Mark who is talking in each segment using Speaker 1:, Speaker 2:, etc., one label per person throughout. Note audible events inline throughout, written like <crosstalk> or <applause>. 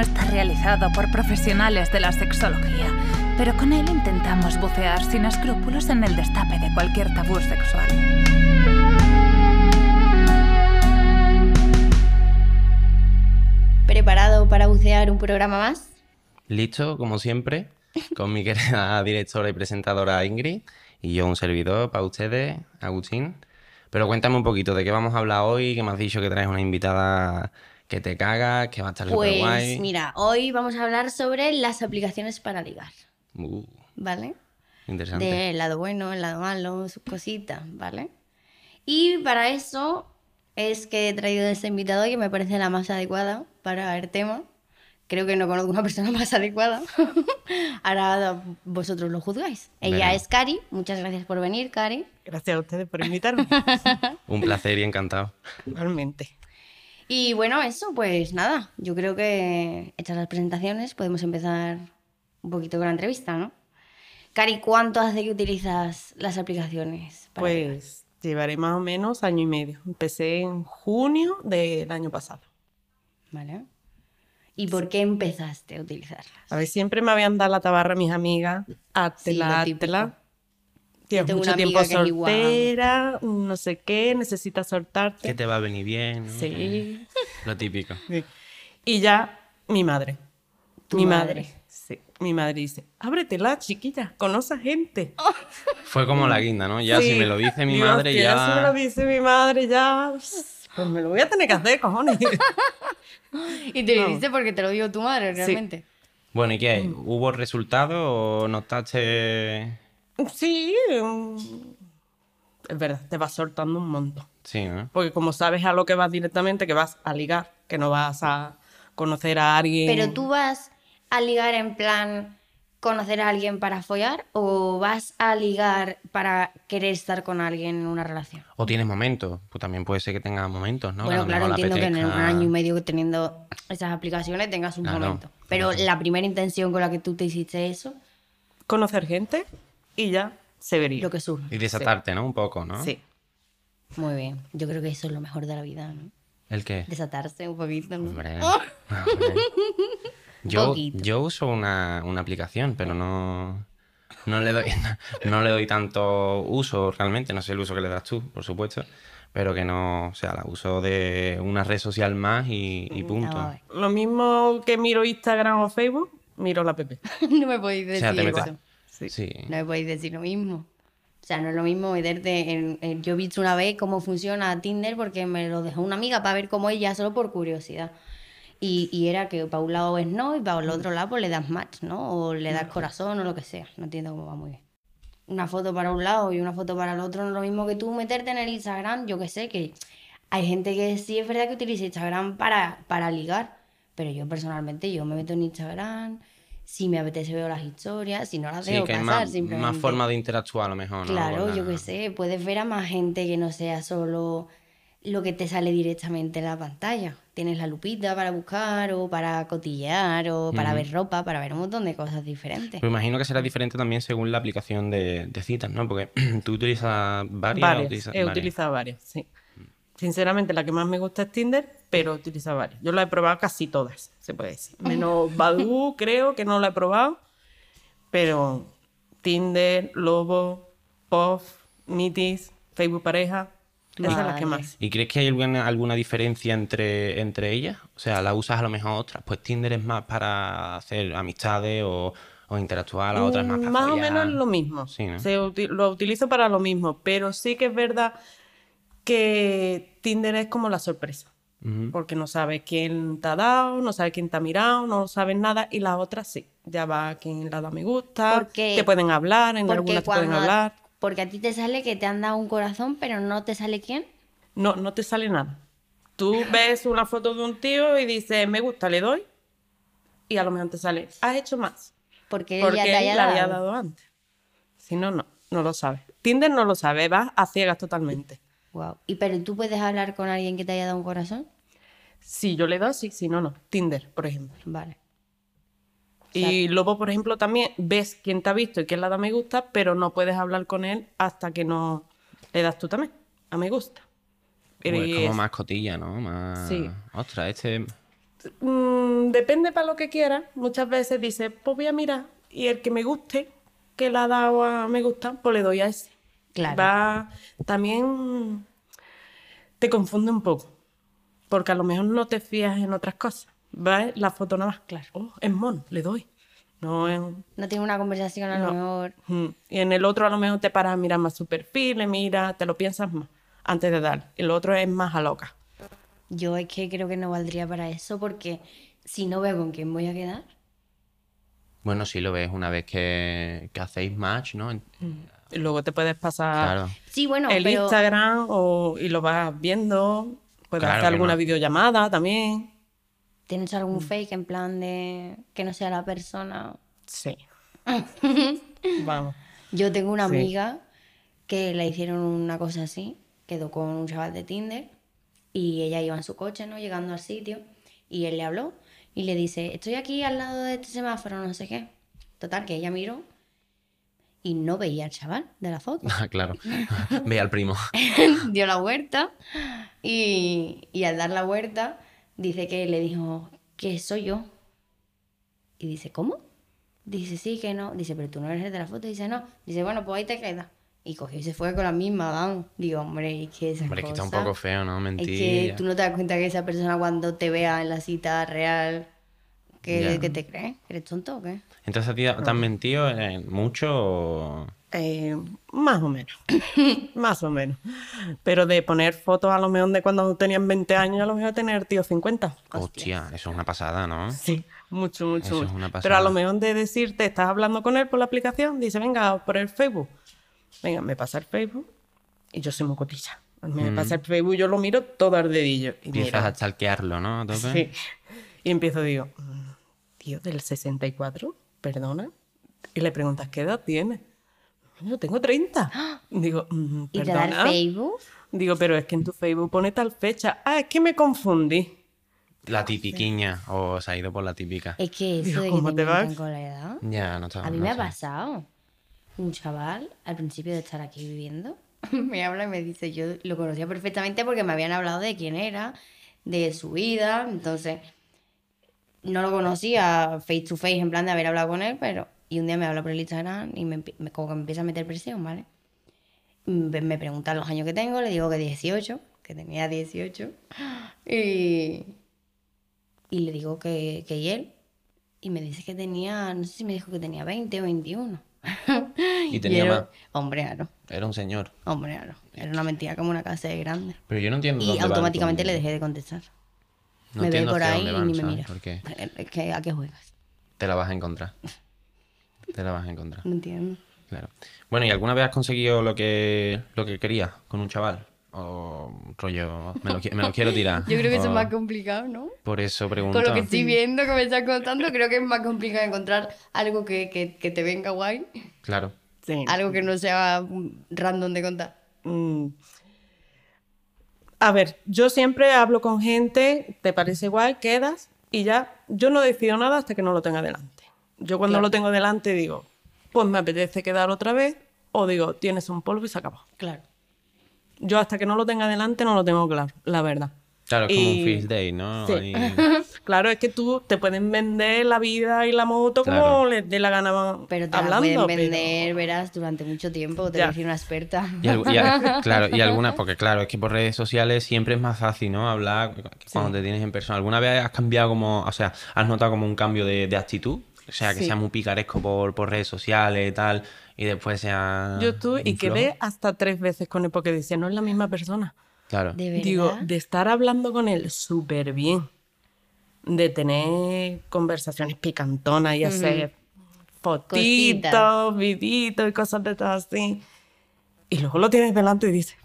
Speaker 1: Este realizado por profesionales de la sexología, pero con él intentamos bucear sin escrúpulos en el destape de cualquier tabú sexual.
Speaker 2: ¿Preparado para bucear un programa más?
Speaker 3: Listo, como siempre, con mi <laughs> querida directora y presentadora Ingrid y yo un servidor para ustedes, Agustín. Pero cuéntame un poquito de qué vamos a hablar hoy, que me has dicho que traes una invitada que te caga, que va a estar súper
Speaker 2: Pues
Speaker 3: guay.
Speaker 2: mira, hoy vamos a hablar sobre las aplicaciones para ligar,
Speaker 3: Uh,
Speaker 2: ¿vale?
Speaker 3: interesante.
Speaker 2: Del lado bueno, el lado malo, sus cositas, ¿vale? Y para eso es que he traído a este invitado que me parece la más adecuada para el tema. Creo que no conozco una persona <laughs> más adecuada. Ahora vosotros lo juzgáis. Ella
Speaker 3: Verá.
Speaker 2: es Cari. Muchas gracias por venir, Cari.
Speaker 4: Gracias a ustedes
Speaker 2: <laughs>
Speaker 4: por invitarme.
Speaker 3: Un placer y encantado.
Speaker 4: Igualmente.
Speaker 2: Y bueno, eso, pues nada, yo creo que hechas las presentaciones podemos empezar un poquito con la entrevista, ¿no? Cari, ¿cuánto hace que utilizas las aplicaciones? para ligar?
Speaker 4: Pues llevaré más o menos año y medio. Empecé en junio del año pasado.
Speaker 2: ¿Vale? ¿Y por qué empezaste a utilizarlas?
Speaker 4: A ver, siempre me habían dado la tabarra mis amigas.
Speaker 2: Sí, lo
Speaker 4: Hátela,
Speaker 2: típico.
Speaker 4: hátela. Tienes
Speaker 2: tengo
Speaker 4: mucho
Speaker 2: una
Speaker 4: tiempo
Speaker 2: amiga que es igual.
Speaker 4: soltera, no sé qué, necesitas
Speaker 3: Que
Speaker 4: soltarte.
Speaker 3: te va a venir bien. ¿no? Mm.
Speaker 4: Sí.
Speaker 3: Lo típico.
Speaker 4: Y ya mi madre.
Speaker 2: Tu
Speaker 4: mi
Speaker 2: madre.
Speaker 4: Sí. Mi madre dice, ábretela, chiquilla, conoce gente.
Speaker 2: Oh,
Speaker 3: Fue como la guinda, ¿no? Ya si me lo dice mi
Speaker 4: Digo,
Speaker 3: madre,
Speaker 4: "Hostia, Si me
Speaker 3: ya...
Speaker 4: lo dice mi madre, ya... Pues me lo voy a tener que
Speaker 2: <laughs>
Speaker 4: hacer, cojones.
Speaker 2: Y te lo hiciste porque te lo dio tu madre, realmente.
Speaker 3: Bueno, ¿y qué hay? ¿Hubo resultado o notaste...?
Speaker 4: Sí, mm, es verdad, te vas soltando un montón.
Speaker 3: Sí, ¿no?
Speaker 4: Porque como sabes a lo que vas directamente, que vas a ligar, que no vas a conocer a alguien.
Speaker 2: Pero tú vas a ligar en plan conocer a alguien para follar o vas a ligar para querer estar con alguien en una relación.
Speaker 3: O tienes momentos. Pues también puede ser que tengas momentos, ¿no? Que
Speaker 2: bueno,
Speaker 3: a lo
Speaker 2: claro,
Speaker 3: mejor le
Speaker 2: entiendo que en un
Speaker 3: apetezca-
Speaker 2: año y medio teniendo esas aplicaciones tengas un
Speaker 3: Claro,
Speaker 2: momento. Pero
Speaker 3: claro.
Speaker 2: la primera intención con la que tú te hiciste eso,
Speaker 4: Conocer gente y ya se vería.
Speaker 2: lo que surge.
Speaker 3: Y desatarte, ¿no? Un poco, ¿no?
Speaker 4: Sí.
Speaker 2: Muy bien. Yo creo que eso es lo mejor de la vida, ¿no?
Speaker 3: ¿El qué?
Speaker 2: Desatarse un poquito, ¿no?
Speaker 3: Hombre. hombre. Yo,
Speaker 2: Poquito.
Speaker 3: yo uso una, una aplicación, pero no, no, le doy, <laughs> no le doy tanto uso realmente. No sé el uso que le das tú, por supuesto. Pero que no, o sea, la uso de una red social más y, y punto.
Speaker 2: Ah, vale.
Speaker 4: Lo mismo que miro Instagram o Facebook, miro la app.
Speaker 2: <laughs> no me podéis
Speaker 3: o
Speaker 2: decir
Speaker 3: sea, te metes.
Speaker 2: eso.
Speaker 4: Sí.
Speaker 3: Sí.
Speaker 2: No me podéis decir lo mismo. O sea, no es lo mismo meterte en, en- Yo he visto una vez cómo funciona Tinder porque me lo dejó una amiga para ver cómo ella, solo por curiosidad. Y, y era que para un lado es no y para el otro lado pues le das match, ¿no? O le das corazón o lo que sea. No entiendo cómo va muy bien. Una foto para un lado y una foto para el otro no es lo mismo que tú meterte en el Instagram. Yo que sé que hay gente que sí es verdad que utiliza Instagram para, para ligar. Pero yo personalmente, yo me meto en Instagram. Si me apetece veo las historias. Si no las
Speaker 3: Sí,
Speaker 2: veo
Speaker 3: que
Speaker 2: pasar,
Speaker 3: hay más, más
Speaker 2: simplemente.
Speaker 3: formas de interactuar a lo mejor, ¿no?
Speaker 2: Claro,
Speaker 3: Con
Speaker 2: yo
Speaker 3: la-
Speaker 2: qué sé, puedes ver a más gente que no sea solo lo que te sale directamente en la pantalla. Tienes la lupita para buscar o para cotillear o para ver ropa, para ver un montón de cosas diferentes.
Speaker 3: Pero imagino que será diferente también según la aplicación de, de citas, ¿no? Porque <clears throat> tú utilizas varias.
Speaker 4: Varias.
Speaker 3: utilizas
Speaker 4: he
Speaker 3: varias. Mm.
Speaker 4: utilizado varias, sí. Sinceramente, la que más me gusta es Tinder, pero he utilizado varias. Yo la he probado casi todas, se puede decir. Menos Badoo, creo que no la he probado. Pero Tinder, Lobo, Puff, Mitis, Facebook Pareja, esas son las que
Speaker 2: Vale.
Speaker 4: más.
Speaker 3: ¿Y crees que hay alguna, alguna diferencia entre, entre ellas? O sea, ¿la usas a lo mejor otras? Pues Tinder es más para hacer amistades o, o interactuar, la otra es más para
Speaker 4: Más o
Speaker 3: follar.
Speaker 4: menos lo mismo.
Speaker 3: Sí, ¿no?
Speaker 4: Se uti- lo utilizo para lo mismo, pero sí que es verdad que Tinder es como la sorpresa.
Speaker 3: Ujú.
Speaker 4: Porque no sabes quién te ha dado, no sabes quién te ha mirado, no sabes nada. Y la otra sí. Ya va a quien le ha dado me gusta.
Speaker 2: Porque-
Speaker 4: te pueden hablar, en algunas te pueden
Speaker 2: cuando-
Speaker 4: hablar.
Speaker 2: porque a ti te sale que te han dado un corazón, pero no te sale quién.
Speaker 4: No, no te sale nada. Tú
Speaker 2: <laughs>
Speaker 4: ves una foto de un tío y dices, me gusta, le doy. Y a lo mejor te sale, has hecho más.
Speaker 2: Porque,
Speaker 4: Porque
Speaker 2: ella te
Speaker 4: él
Speaker 2: haya
Speaker 4: la
Speaker 2: dado.
Speaker 4: había dado antes. Si no, no, no lo sabes. Tinder no lo sabe, vas a ciegas totalmente.
Speaker 2: Guau. ¿Y pero tú puedes hablar con alguien que te haya dado un corazón?
Speaker 4: Si yo le doy, sí, si no, no. Tinder, por ejemplo.
Speaker 2: Vale.
Speaker 4: Y luego, por ejemplo, también ves quién te ha visto y quién le da me gusta, pero no puedes hablar con él hasta que no le das tú también a me gusta. Pero
Speaker 3: Pues
Speaker 4: y
Speaker 3: como
Speaker 4: es-
Speaker 3: más cotilla, ¿no? Más...
Speaker 4: Sí.
Speaker 3: Ostras, este...
Speaker 4: mm, depende para lo que quieras. Muchas veces dices, pues voy a mirar y el que me guste, que la ha dado a me gusta, pues le doy a ese.
Speaker 2: Claro.
Speaker 4: Va, también te confunde un poco, porque a lo mejor no te fías en otras cosas. Va la foto nada más, claro. Oh, es mono, le doy. No es
Speaker 2: No tiene una conversación a lo
Speaker 4: No.
Speaker 2: mejor.
Speaker 4: Mm. Y en el otro a lo mejor te paras a mirar más su perfil, le miras, te lo piensas más antes de dar. El otro es más a loca.
Speaker 2: Yo es que creo que no valdría para eso porque si no veo con quién voy a quedar,
Speaker 3: Bueno, sí lo ves una vez que, que hacéis match, ¿no?
Speaker 4: Y luego te puedes pasar
Speaker 3: Claro. <laughs>
Speaker 2: Sí, bueno,
Speaker 4: el
Speaker 2: pero
Speaker 4: Instagram o- y lo vas viendo. Puedes
Speaker 3: Claro
Speaker 4: hacer
Speaker 3: que
Speaker 4: alguna
Speaker 3: no.
Speaker 4: videollamada también.
Speaker 2: ¿tienes
Speaker 4: Mm.
Speaker 2: algún fake en plan de que no sea la persona?
Speaker 4: Sí. Vamos.
Speaker 2: Yo tengo una
Speaker 4: Sí.
Speaker 2: amiga que le hicieron una cosa así, quedó con un chaval de Tinder y ella iba en su coche, ¿no? Llegando al sitio y él le habló y le dice, estoy aquí al lado de este semáforo, no sé qué. Total, que ella miró y no veía al chaval de la foto.
Speaker 3: Ah, claro. Ve al primo.
Speaker 2: <clears throat> dio la vuelta y, y al dar la vuelta dice que le dijo que soy yo. Y dice, ¿cómo? Dice, sí, que no. Dice, pero tú no eres el de la foto. Dice, no. Dice, bueno, pues ahí te quedas. Y cogió y se fue con la misma, van. Digo, hombre, es que esas
Speaker 3: Hombre, es que está un
Speaker 2: cosas-
Speaker 3: poco feo, ¿no?
Speaker 2: Es
Speaker 3: Mentira.
Speaker 2: que tú no te das cuenta que esa persona cuando te vea en la cita real, que,
Speaker 3: Ya.
Speaker 2: que te cree, que eres tonto o qué.
Speaker 3: Entonces, ¿a ti te han mentido eh, mucho o...?
Speaker 4: Eh, más o menos. más o menos. Pero de poner fotos a lo mejor de cuando tenían 20 años, a lo mejor tener tío 50.
Speaker 3: Hostia, eso es una pasada, ¿no?
Speaker 4: Sí, mucho, mucho,
Speaker 3: Eso es
Speaker 4: mucho.
Speaker 3: una
Speaker 4: Pero a
Speaker 3: pasada.
Speaker 4: lo mejor de decirte, estás hablando con él por la aplicación, dice, venga, por el Facebook. Venga, me pasa el Facebook y yo soy mocotilla. Me pasa el Facebook, yo lo miro todo al dedillo. Y
Speaker 3: Empiezas Mm. a
Speaker 4: mira,
Speaker 3: stalkearlo, ¿no? ¿A tope?
Speaker 2: ¿Eh?
Speaker 4: sí. Y empiezo, digo, "Mm, tío, del 64, perdona. Y le preguntas, ¿qué edad tienes? Yo tengo 30.
Speaker 2: <gasps>
Speaker 4: Digo, "Mm,
Speaker 2: Y te da el
Speaker 4: perdona.
Speaker 2: Facebook.
Speaker 4: Digo, pero es que en tu Facebook pone tal fecha. Ah, es que me confundí.
Speaker 3: La tipiquiña, o se ha ido por la típica.
Speaker 2: Es que eso
Speaker 4: Digo,
Speaker 2: de que
Speaker 4: ¿cómo
Speaker 2: te
Speaker 4: te vas?
Speaker 2: mientan con la edad.
Speaker 3: Ya, no está
Speaker 2: A mí
Speaker 3: no
Speaker 2: me ha
Speaker 3: sé.
Speaker 2: pasado. Un chaval, al principio de estar aquí viviendo, <laughs> me habla y me dice, yo lo conocía perfectamente porque me habían hablado de quién era, de su vida, entonces no lo conocía face to face, en plan de haber hablado con él, pero... Y un día me habla por el Instagram y me, empie- me- como que me empieza a meter presión, ¿vale? mm, Me me pregunta los años que tengo, le digo que 18, que tenía 18, y, y le digo que, que y él, y me dice que tenía, no sé si me dijo que tenía 20 o 21. <laughs>
Speaker 3: Y tenía
Speaker 2: era-
Speaker 3: más.
Speaker 2: Hombre, claro,
Speaker 3: Era un señor.
Speaker 2: hombre, claro. Era una mentira como una casa de grande.
Speaker 3: Pero yo no entiendo
Speaker 2: Y
Speaker 3: dónde van
Speaker 2: automáticamente
Speaker 3: con-
Speaker 2: le dejé de contestar.
Speaker 3: No
Speaker 2: me ve
Speaker 3: entiendo
Speaker 2: por
Speaker 3: hacia
Speaker 2: ahí
Speaker 3: dónde
Speaker 2: y
Speaker 3: van,
Speaker 2: ni me
Speaker 3: ¿sabes?
Speaker 2: mira.
Speaker 3: Porque
Speaker 2: Es que, ¿A qué juegas?
Speaker 3: te la vas a encontrar. Te la vas a encontrar,
Speaker 2: No entiendo.
Speaker 3: claro. Bueno, ¿y alguna vez has conseguido lo que, lo que querías con un chaval? O rollo, me lo, qui- me lo quiero tirar.
Speaker 2: <laughs> Yo creo que eso es
Speaker 3: O-
Speaker 2: más complicado, ¿no?
Speaker 3: Por eso pregunto.
Speaker 2: Con lo que estoy viendo, que me estás contando, creo que es más complicado encontrar algo que, que, que te venga guay,
Speaker 3: Claro.
Speaker 4: Sí.
Speaker 2: algo que no sea mm, random de contar.
Speaker 4: Mm. A ver, yo siempre hablo con gente, te parece guay, quedas y ya. Yo no decido nada hasta que no lo tenga delante. Yo cuando
Speaker 2: Claro.
Speaker 4: lo tengo delante digo, pues me apetece quedar otra vez o digo, tienes un polvo y se acabó.
Speaker 2: Claro.
Speaker 4: Yo hasta que no lo tenga delante no lo tengo claro, la verdad.
Speaker 3: Claro, es como
Speaker 4: Y-
Speaker 3: un field day, ¿no?
Speaker 4: Sí.
Speaker 3: Ahí-
Speaker 4: Claro, es que tú te pueden vender la vida y la moto como
Speaker 3: Claro.
Speaker 4: les dé la gana
Speaker 2: Pero te
Speaker 4: hablando.
Speaker 2: la pueden
Speaker 4: pero-
Speaker 2: vender, verás, durante mucho tiempo, te
Speaker 4: Ya.
Speaker 2: lo dice una experta.
Speaker 3: Y, al- y
Speaker 2: <laughs>
Speaker 3: al- claro, y algunas, porque claro, es que por redes sociales siempre es más fácil, ¿no? Hablar que cuando te tienes en persona. ¿Alguna vez has cambiado como, o sea, has notado como un cambio de, de actitud? O sea, que
Speaker 4: Sí.
Speaker 3: sea muy picaresco por, por redes sociales y tal, y después sea...
Speaker 4: Yo estuve y
Speaker 3: un flojo.
Speaker 4: quedé hasta tres veces con él porque decía, no es la misma persona.
Speaker 3: Claro.
Speaker 2: De verdad.
Speaker 4: Digo, de estar hablando con él súper bien, de tener conversaciones picantonas y hacer fotitos,
Speaker 2: Cositas.
Speaker 4: viditos y cosas de todo así. Y luego lo tienes delante y dices,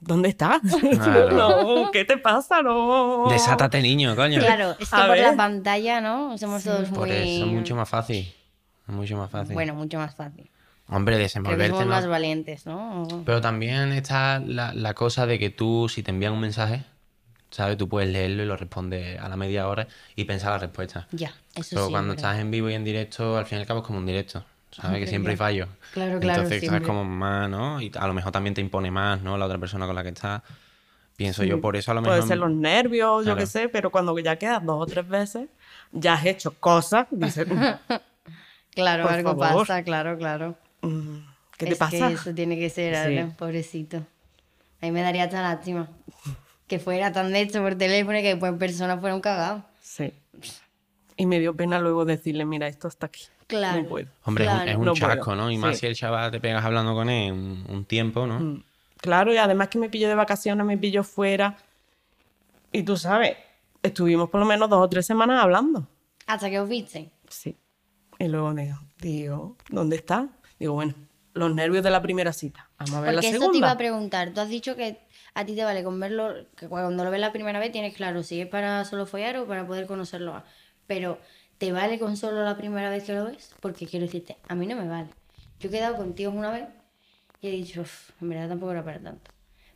Speaker 4: ¿dónde estás? <laughs>
Speaker 3: Claro.
Speaker 4: no, ¿qué te pasa? No.
Speaker 3: Desátate, niño, coño.
Speaker 2: Claro, es que
Speaker 4: A
Speaker 2: por la
Speaker 4: ver.
Speaker 2: pantalla, ¿no? Somos todos muy...
Speaker 3: Por eso es mucho más fácil. Es Mucho más fácil.
Speaker 2: Bueno, mucho más fácil.
Speaker 3: Hombre,
Speaker 2: Creo que
Speaker 3: desenvolverte.
Speaker 2: somos
Speaker 3: ¿no?
Speaker 2: más valientes, ¿no?
Speaker 3: Pero también está la, la cosa de que tú, si te envían un mensaje, ¿sabes? Tú puedes leerlo y lo respondes a la media hora y pensar la respuesta.
Speaker 2: Ya, eso
Speaker 3: Pero
Speaker 2: sí.
Speaker 3: cuando
Speaker 2: es verdad.
Speaker 3: estás en vivo y en directo, al fin y al cabo es como un directo, ¿sabes? Que siempre hay fallos.
Speaker 2: Claro, claro,
Speaker 3: Entonces, sabes
Speaker 2: siempre.
Speaker 3: como más, ¿no? Y a lo mejor también te impone más, ¿no? La otra persona con la que estás. Pienso yo, por eso a lo
Speaker 4: Puede
Speaker 3: mejor.
Speaker 4: ser los nervios, yo
Speaker 3: Claro.
Speaker 4: qué sé, pero cuando ya quedas dos o tres veces, ya has hecho cosas, dices, "Mm,
Speaker 2: Claro,
Speaker 4: Por
Speaker 2: algo
Speaker 4: favor.
Speaker 2: pasa, claro, claro.
Speaker 4: "Mm, ¿qué te
Speaker 2: Es
Speaker 4: pasa?
Speaker 2: Que eso tiene que ser algo, pobrecito. A mí me daría hasta lástima que fuera tan de hecho por teléfono y que después en persona fuera un cagado.
Speaker 4: Sí. Y me dio pena luego decirle, mira, esto está aquí.
Speaker 2: Claro.
Speaker 4: No puedo.
Speaker 3: Hombre, es un-
Speaker 2: Claro.
Speaker 3: es un,
Speaker 4: No puedo.
Speaker 3: chasco, ¿no? Y más
Speaker 4: Sí. Mm.
Speaker 3: si el chaval te pegas hablando con él un, un tiempo, ¿no?
Speaker 4: Claro, y además que me pilló de vacaciones, me pilló fuera. Y tú sabes, estuvimos por lo menos dos o tres semanas hablando.
Speaker 2: Hasta que os viste.
Speaker 4: Sí. Y luego digo, digo, ¿dónde está? Digo, bueno, los nervios de la primera cita. Vamos a ver
Speaker 2: Porque
Speaker 4: la
Speaker 2: eso
Speaker 4: segunda.
Speaker 2: te iba a preguntar. Tú has dicho que a ti te vale con verlo, que cuando lo ves la primera vez tienes claro si es para solo follar o para poder conocerlo más. Pero, ¿te vale con solo la primera vez que lo ves? Porque quiero decirte, a mí no me vale. Yo he quedado contigo una vez y he dicho, "Uf, en verdad tampoco era para tanto.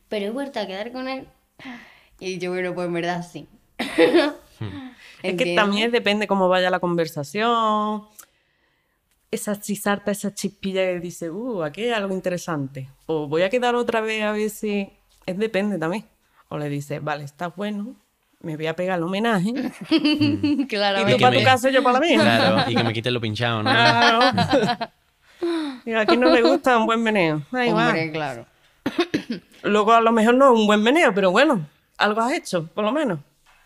Speaker 2: Pero he vuelto a quedar con él y he dicho, bueno, pues en verdad sí.
Speaker 4: Hmm. Es que
Speaker 2: ¿Entiendes? <laughs>
Speaker 4: también depende cómo vaya la conversación. Esa chisarta, esa chispilla que dice, uh, aquí hay algo interesante. O voy a quedar otra vez a ver si. Es depende también. O le dice, vale, está bueno, me voy a pegar el homenaje. y
Speaker 2: Claramente.
Speaker 4: tú
Speaker 3: que
Speaker 4: para tu
Speaker 3: me-
Speaker 4: casa y yo para la mía.
Speaker 3: Claro, y que me quiten lo pinchado, ¿no?
Speaker 4: <laughs> Claro. Digo, aquí no le gusta un buen meneo. Da igual.
Speaker 2: Hombre, claro.
Speaker 4: Luego a lo mejor no es un buen meneo, pero bueno, algo has hecho, por lo menos.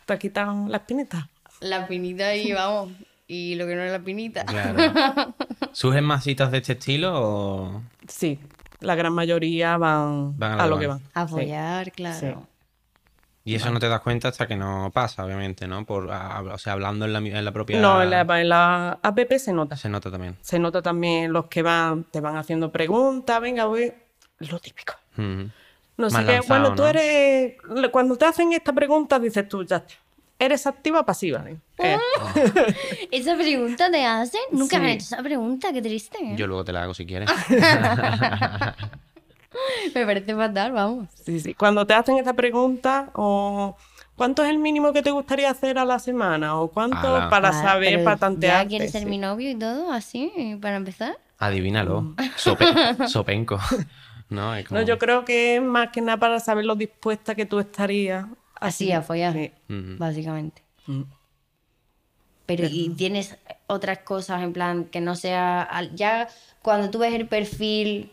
Speaker 4: Te has quitado la espinita.
Speaker 2: La pinita y vamos. Y lo que no es la pinita.
Speaker 3: Claro. ¿Surgen más citas de este estilo o...?
Speaker 4: Sí, la gran mayoría van,
Speaker 3: Van a Ah,
Speaker 4: a,
Speaker 3: lo que
Speaker 4: lo
Speaker 3: van.
Speaker 4: que van.
Speaker 2: A
Speaker 4: Sí.
Speaker 3: pues
Speaker 2: follar, claro.
Speaker 3: Y eso no te das cuenta hasta que no pasa, obviamente, ¿no? Por, a- a- o sea, hablando en la, mi- en la propia...
Speaker 4: No, en la, en la app se nota.
Speaker 3: <laughs> Se nota también.
Speaker 4: Se nota también los que van, te van haciendo preguntas, venga, voy. Lo típico.
Speaker 3: Ujú.
Speaker 4: No sé
Speaker 3: Más
Speaker 4: qué,
Speaker 3: lanzado,
Speaker 4: bueno, tú
Speaker 3: ¿no?
Speaker 4: eres. le- Cuando te hacen esta pregunta, dices tú, ya está. ¿Eres activa o pasiva? Digo, eh,
Speaker 2: ¿Esa pregunta te hacen? Nunca me han
Speaker 4: Sí.
Speaker 2: hecho esa pregunta, qué triste. ¿eh?
Speaker 3: Yo luego te la hago si
Speaker 4: <laughs>
Speaker 3: quieres.
Speaker 2: <laughs> Me parece fatal, vamos.
Speaker 4: sí, sí. Cuando te hacen esta pregunta, o. ¿Cuánto es el mínimo que te gustaría hacer a la semana? ¿O cuánto
Speaker 3: Ala.
Speaker 4: para
Speaker 2: Ah,
Speaker 4: saber,
Speaker 2: pero
Speaker 4: para tantear?
Speaker 2: ¿Ya quieres ser mi novio y todo así, para empezar?
Speaker 3: Adivínalo.
Speaker 4: <laughs>
Speaker 3: Sope- sopenco. <laughs> No, es como...
Speaker 4: Mm. No, yo creo que es más que nada para saber lo dispuesta que tú estarías.
Speaker 2: Así, a follar,
Speaker 4: Sí. Mm.
Speaker 3: Ujú.
Speaker 2: básicamente. Pero, ¿y tienes otras cosas en plan que no sea... al- Ya cuando tú ves el perfil,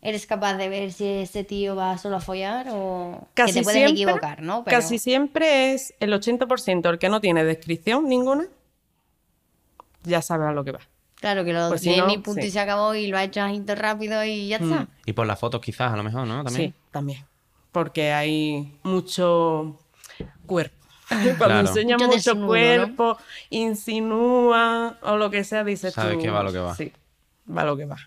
Speaker 2: ¿eres capaz de ver si este tío va solo a follar o...? que te puedes equivocar, ¿no? Pero-
Speaker 4: Casi siempre es el 80% el que no tiene descripción ninguna, ya sabe a lo que va.
Speaker 2: Claro, que lo
Speaker 4: Pues si
Speaker 2: tiene
Speaker 4: no,
Speaker 2: y punto
Speaker 4: sí. Mm.
Speaker 2: y se acabó y lo ha hecho así todo rápido y ya está.
Speaker 3: Y por las fotos quizás, a lo mejor, ¿no? También.
Speaker 4: Sí, también. Porque hay mucho cuerpo. <laughs> Cuando
Speaker 3: Claro.
Speaker 4: enseña
Speaker 2: Mucho
Speaker 4: mucho,
Speaker 2: desnudo,
Speaker 4: cuerpo, insinúa o lo que sea, dices
Speaker 3: Sabes
Speaker 4: tú,
Speaker 3: que va lo que va.
Speaker 4: Sí, va lo que va.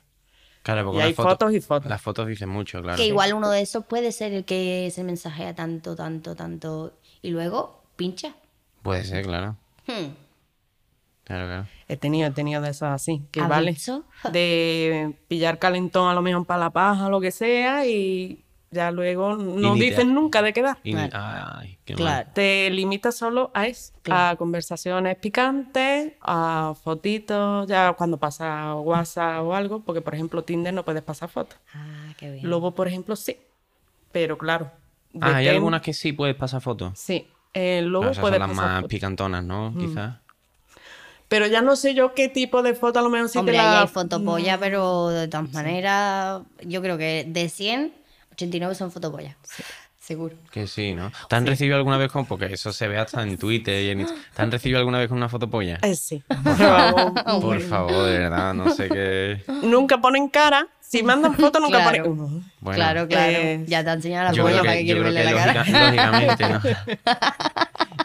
Speaker 3: Claro, porque
Speaker 4: Y
Speaker 3: las
Speaker 4: hay fotos y fotos.
Speaker 3: Las fotos dicen mucho, claro.
Speaker 2: Que igual uno de esos puede ser el que se mensajea tanto, tanto, tanto. Y luego pincha.
Speaker 3: Puede ser, claro.
Speaker 2: Hmm.
Speaker 3: Claro, claro.
Speaker 4: He tenido, he tenido de esas así, que
Speaker 2: ¿Has
Speaker 4: vale.
Speaker 2: visto?
Speaker 4: <laughs> De pillar calentón a lo mejor para la paja, lo que sea, y ya luego no
Speaker 3: ni te-
Speaker 4: dicen nunca de quedar.
Speaker 3: Y-
Speaker 2: Claro.
Speaker 3: Ay, qué mal.
Speaker 2: Claro.
Speaker 4: Te limitas solo a eso, a conversaciones picantes, a fotitos, ya cuando pasa WhatsApp o algo, porque por ejemplo Tinder no puedes pasar fotos.
Speaker 2: Ah, qué bien.
Speaker 4: Luego, por ejemplo, sí, pero claro.
Speaker 3: Ah, hay
Speaker 4: depende-
Speaker 3: algunas que sí puedes pasar fotos.
Speaker 4: Sí, eh,
Speaker 3: Claro,
Speaker 4: luego
Speaker 3: esas son
Speaker 4: puedes
Speaker 3: las
Speaker 4: pasar
Speaker 3: más
Speaker 4: fotos. Mm.
Speaker 3: picantonas, ¿no? Quizás.
Speaker 4: Pero ya no sé yo qué tipo de foto a lo mejor si
Speaker 2: Hombre,
Speaker 4: te
Speaker 2: ahí
Speaker 4: la... Mm,
Speaker 2: hay
Speaker 3: Mm.
Speaker 2: fotopolla, pero de todas maneras, yo creo que de 100, 89 son fotopollas. Seguro.
Speaker 3: Que sí, ¿no? ¿Te han recibido alguna vez con.? Porque eso se ve hasta en Twitter y en Inst- ¿Te han recibido alguna vez con una foto polla?
Speaker 4: Eh, sí. <laughs> Pero-
Speaker 3: Por favor, de verdad, no sé qué.
Speaker 4: nunca ponen cara.
Speaker 2: <laughs>
Speaker 4: Si mandan foto, nunca
Speaker 2: Claro.
Speaker 4: ponen.
Speaker 3: Bueno,
Speaker 2: claro, claro.
Speaker 4: Eh,
Speaker 2: Ya te han enseñado la
Speaker 3: Yo creo
Speaker 2: polla para
Speaker 3: que,
Speaker 2: que
Speaker 3: yo
Speaker 2: quieres
Speaker 3: creo
Speaker 2: verle
Speaker 3: que
Speaker 2: la cara.
Speaker 3: lógica- lógicamente,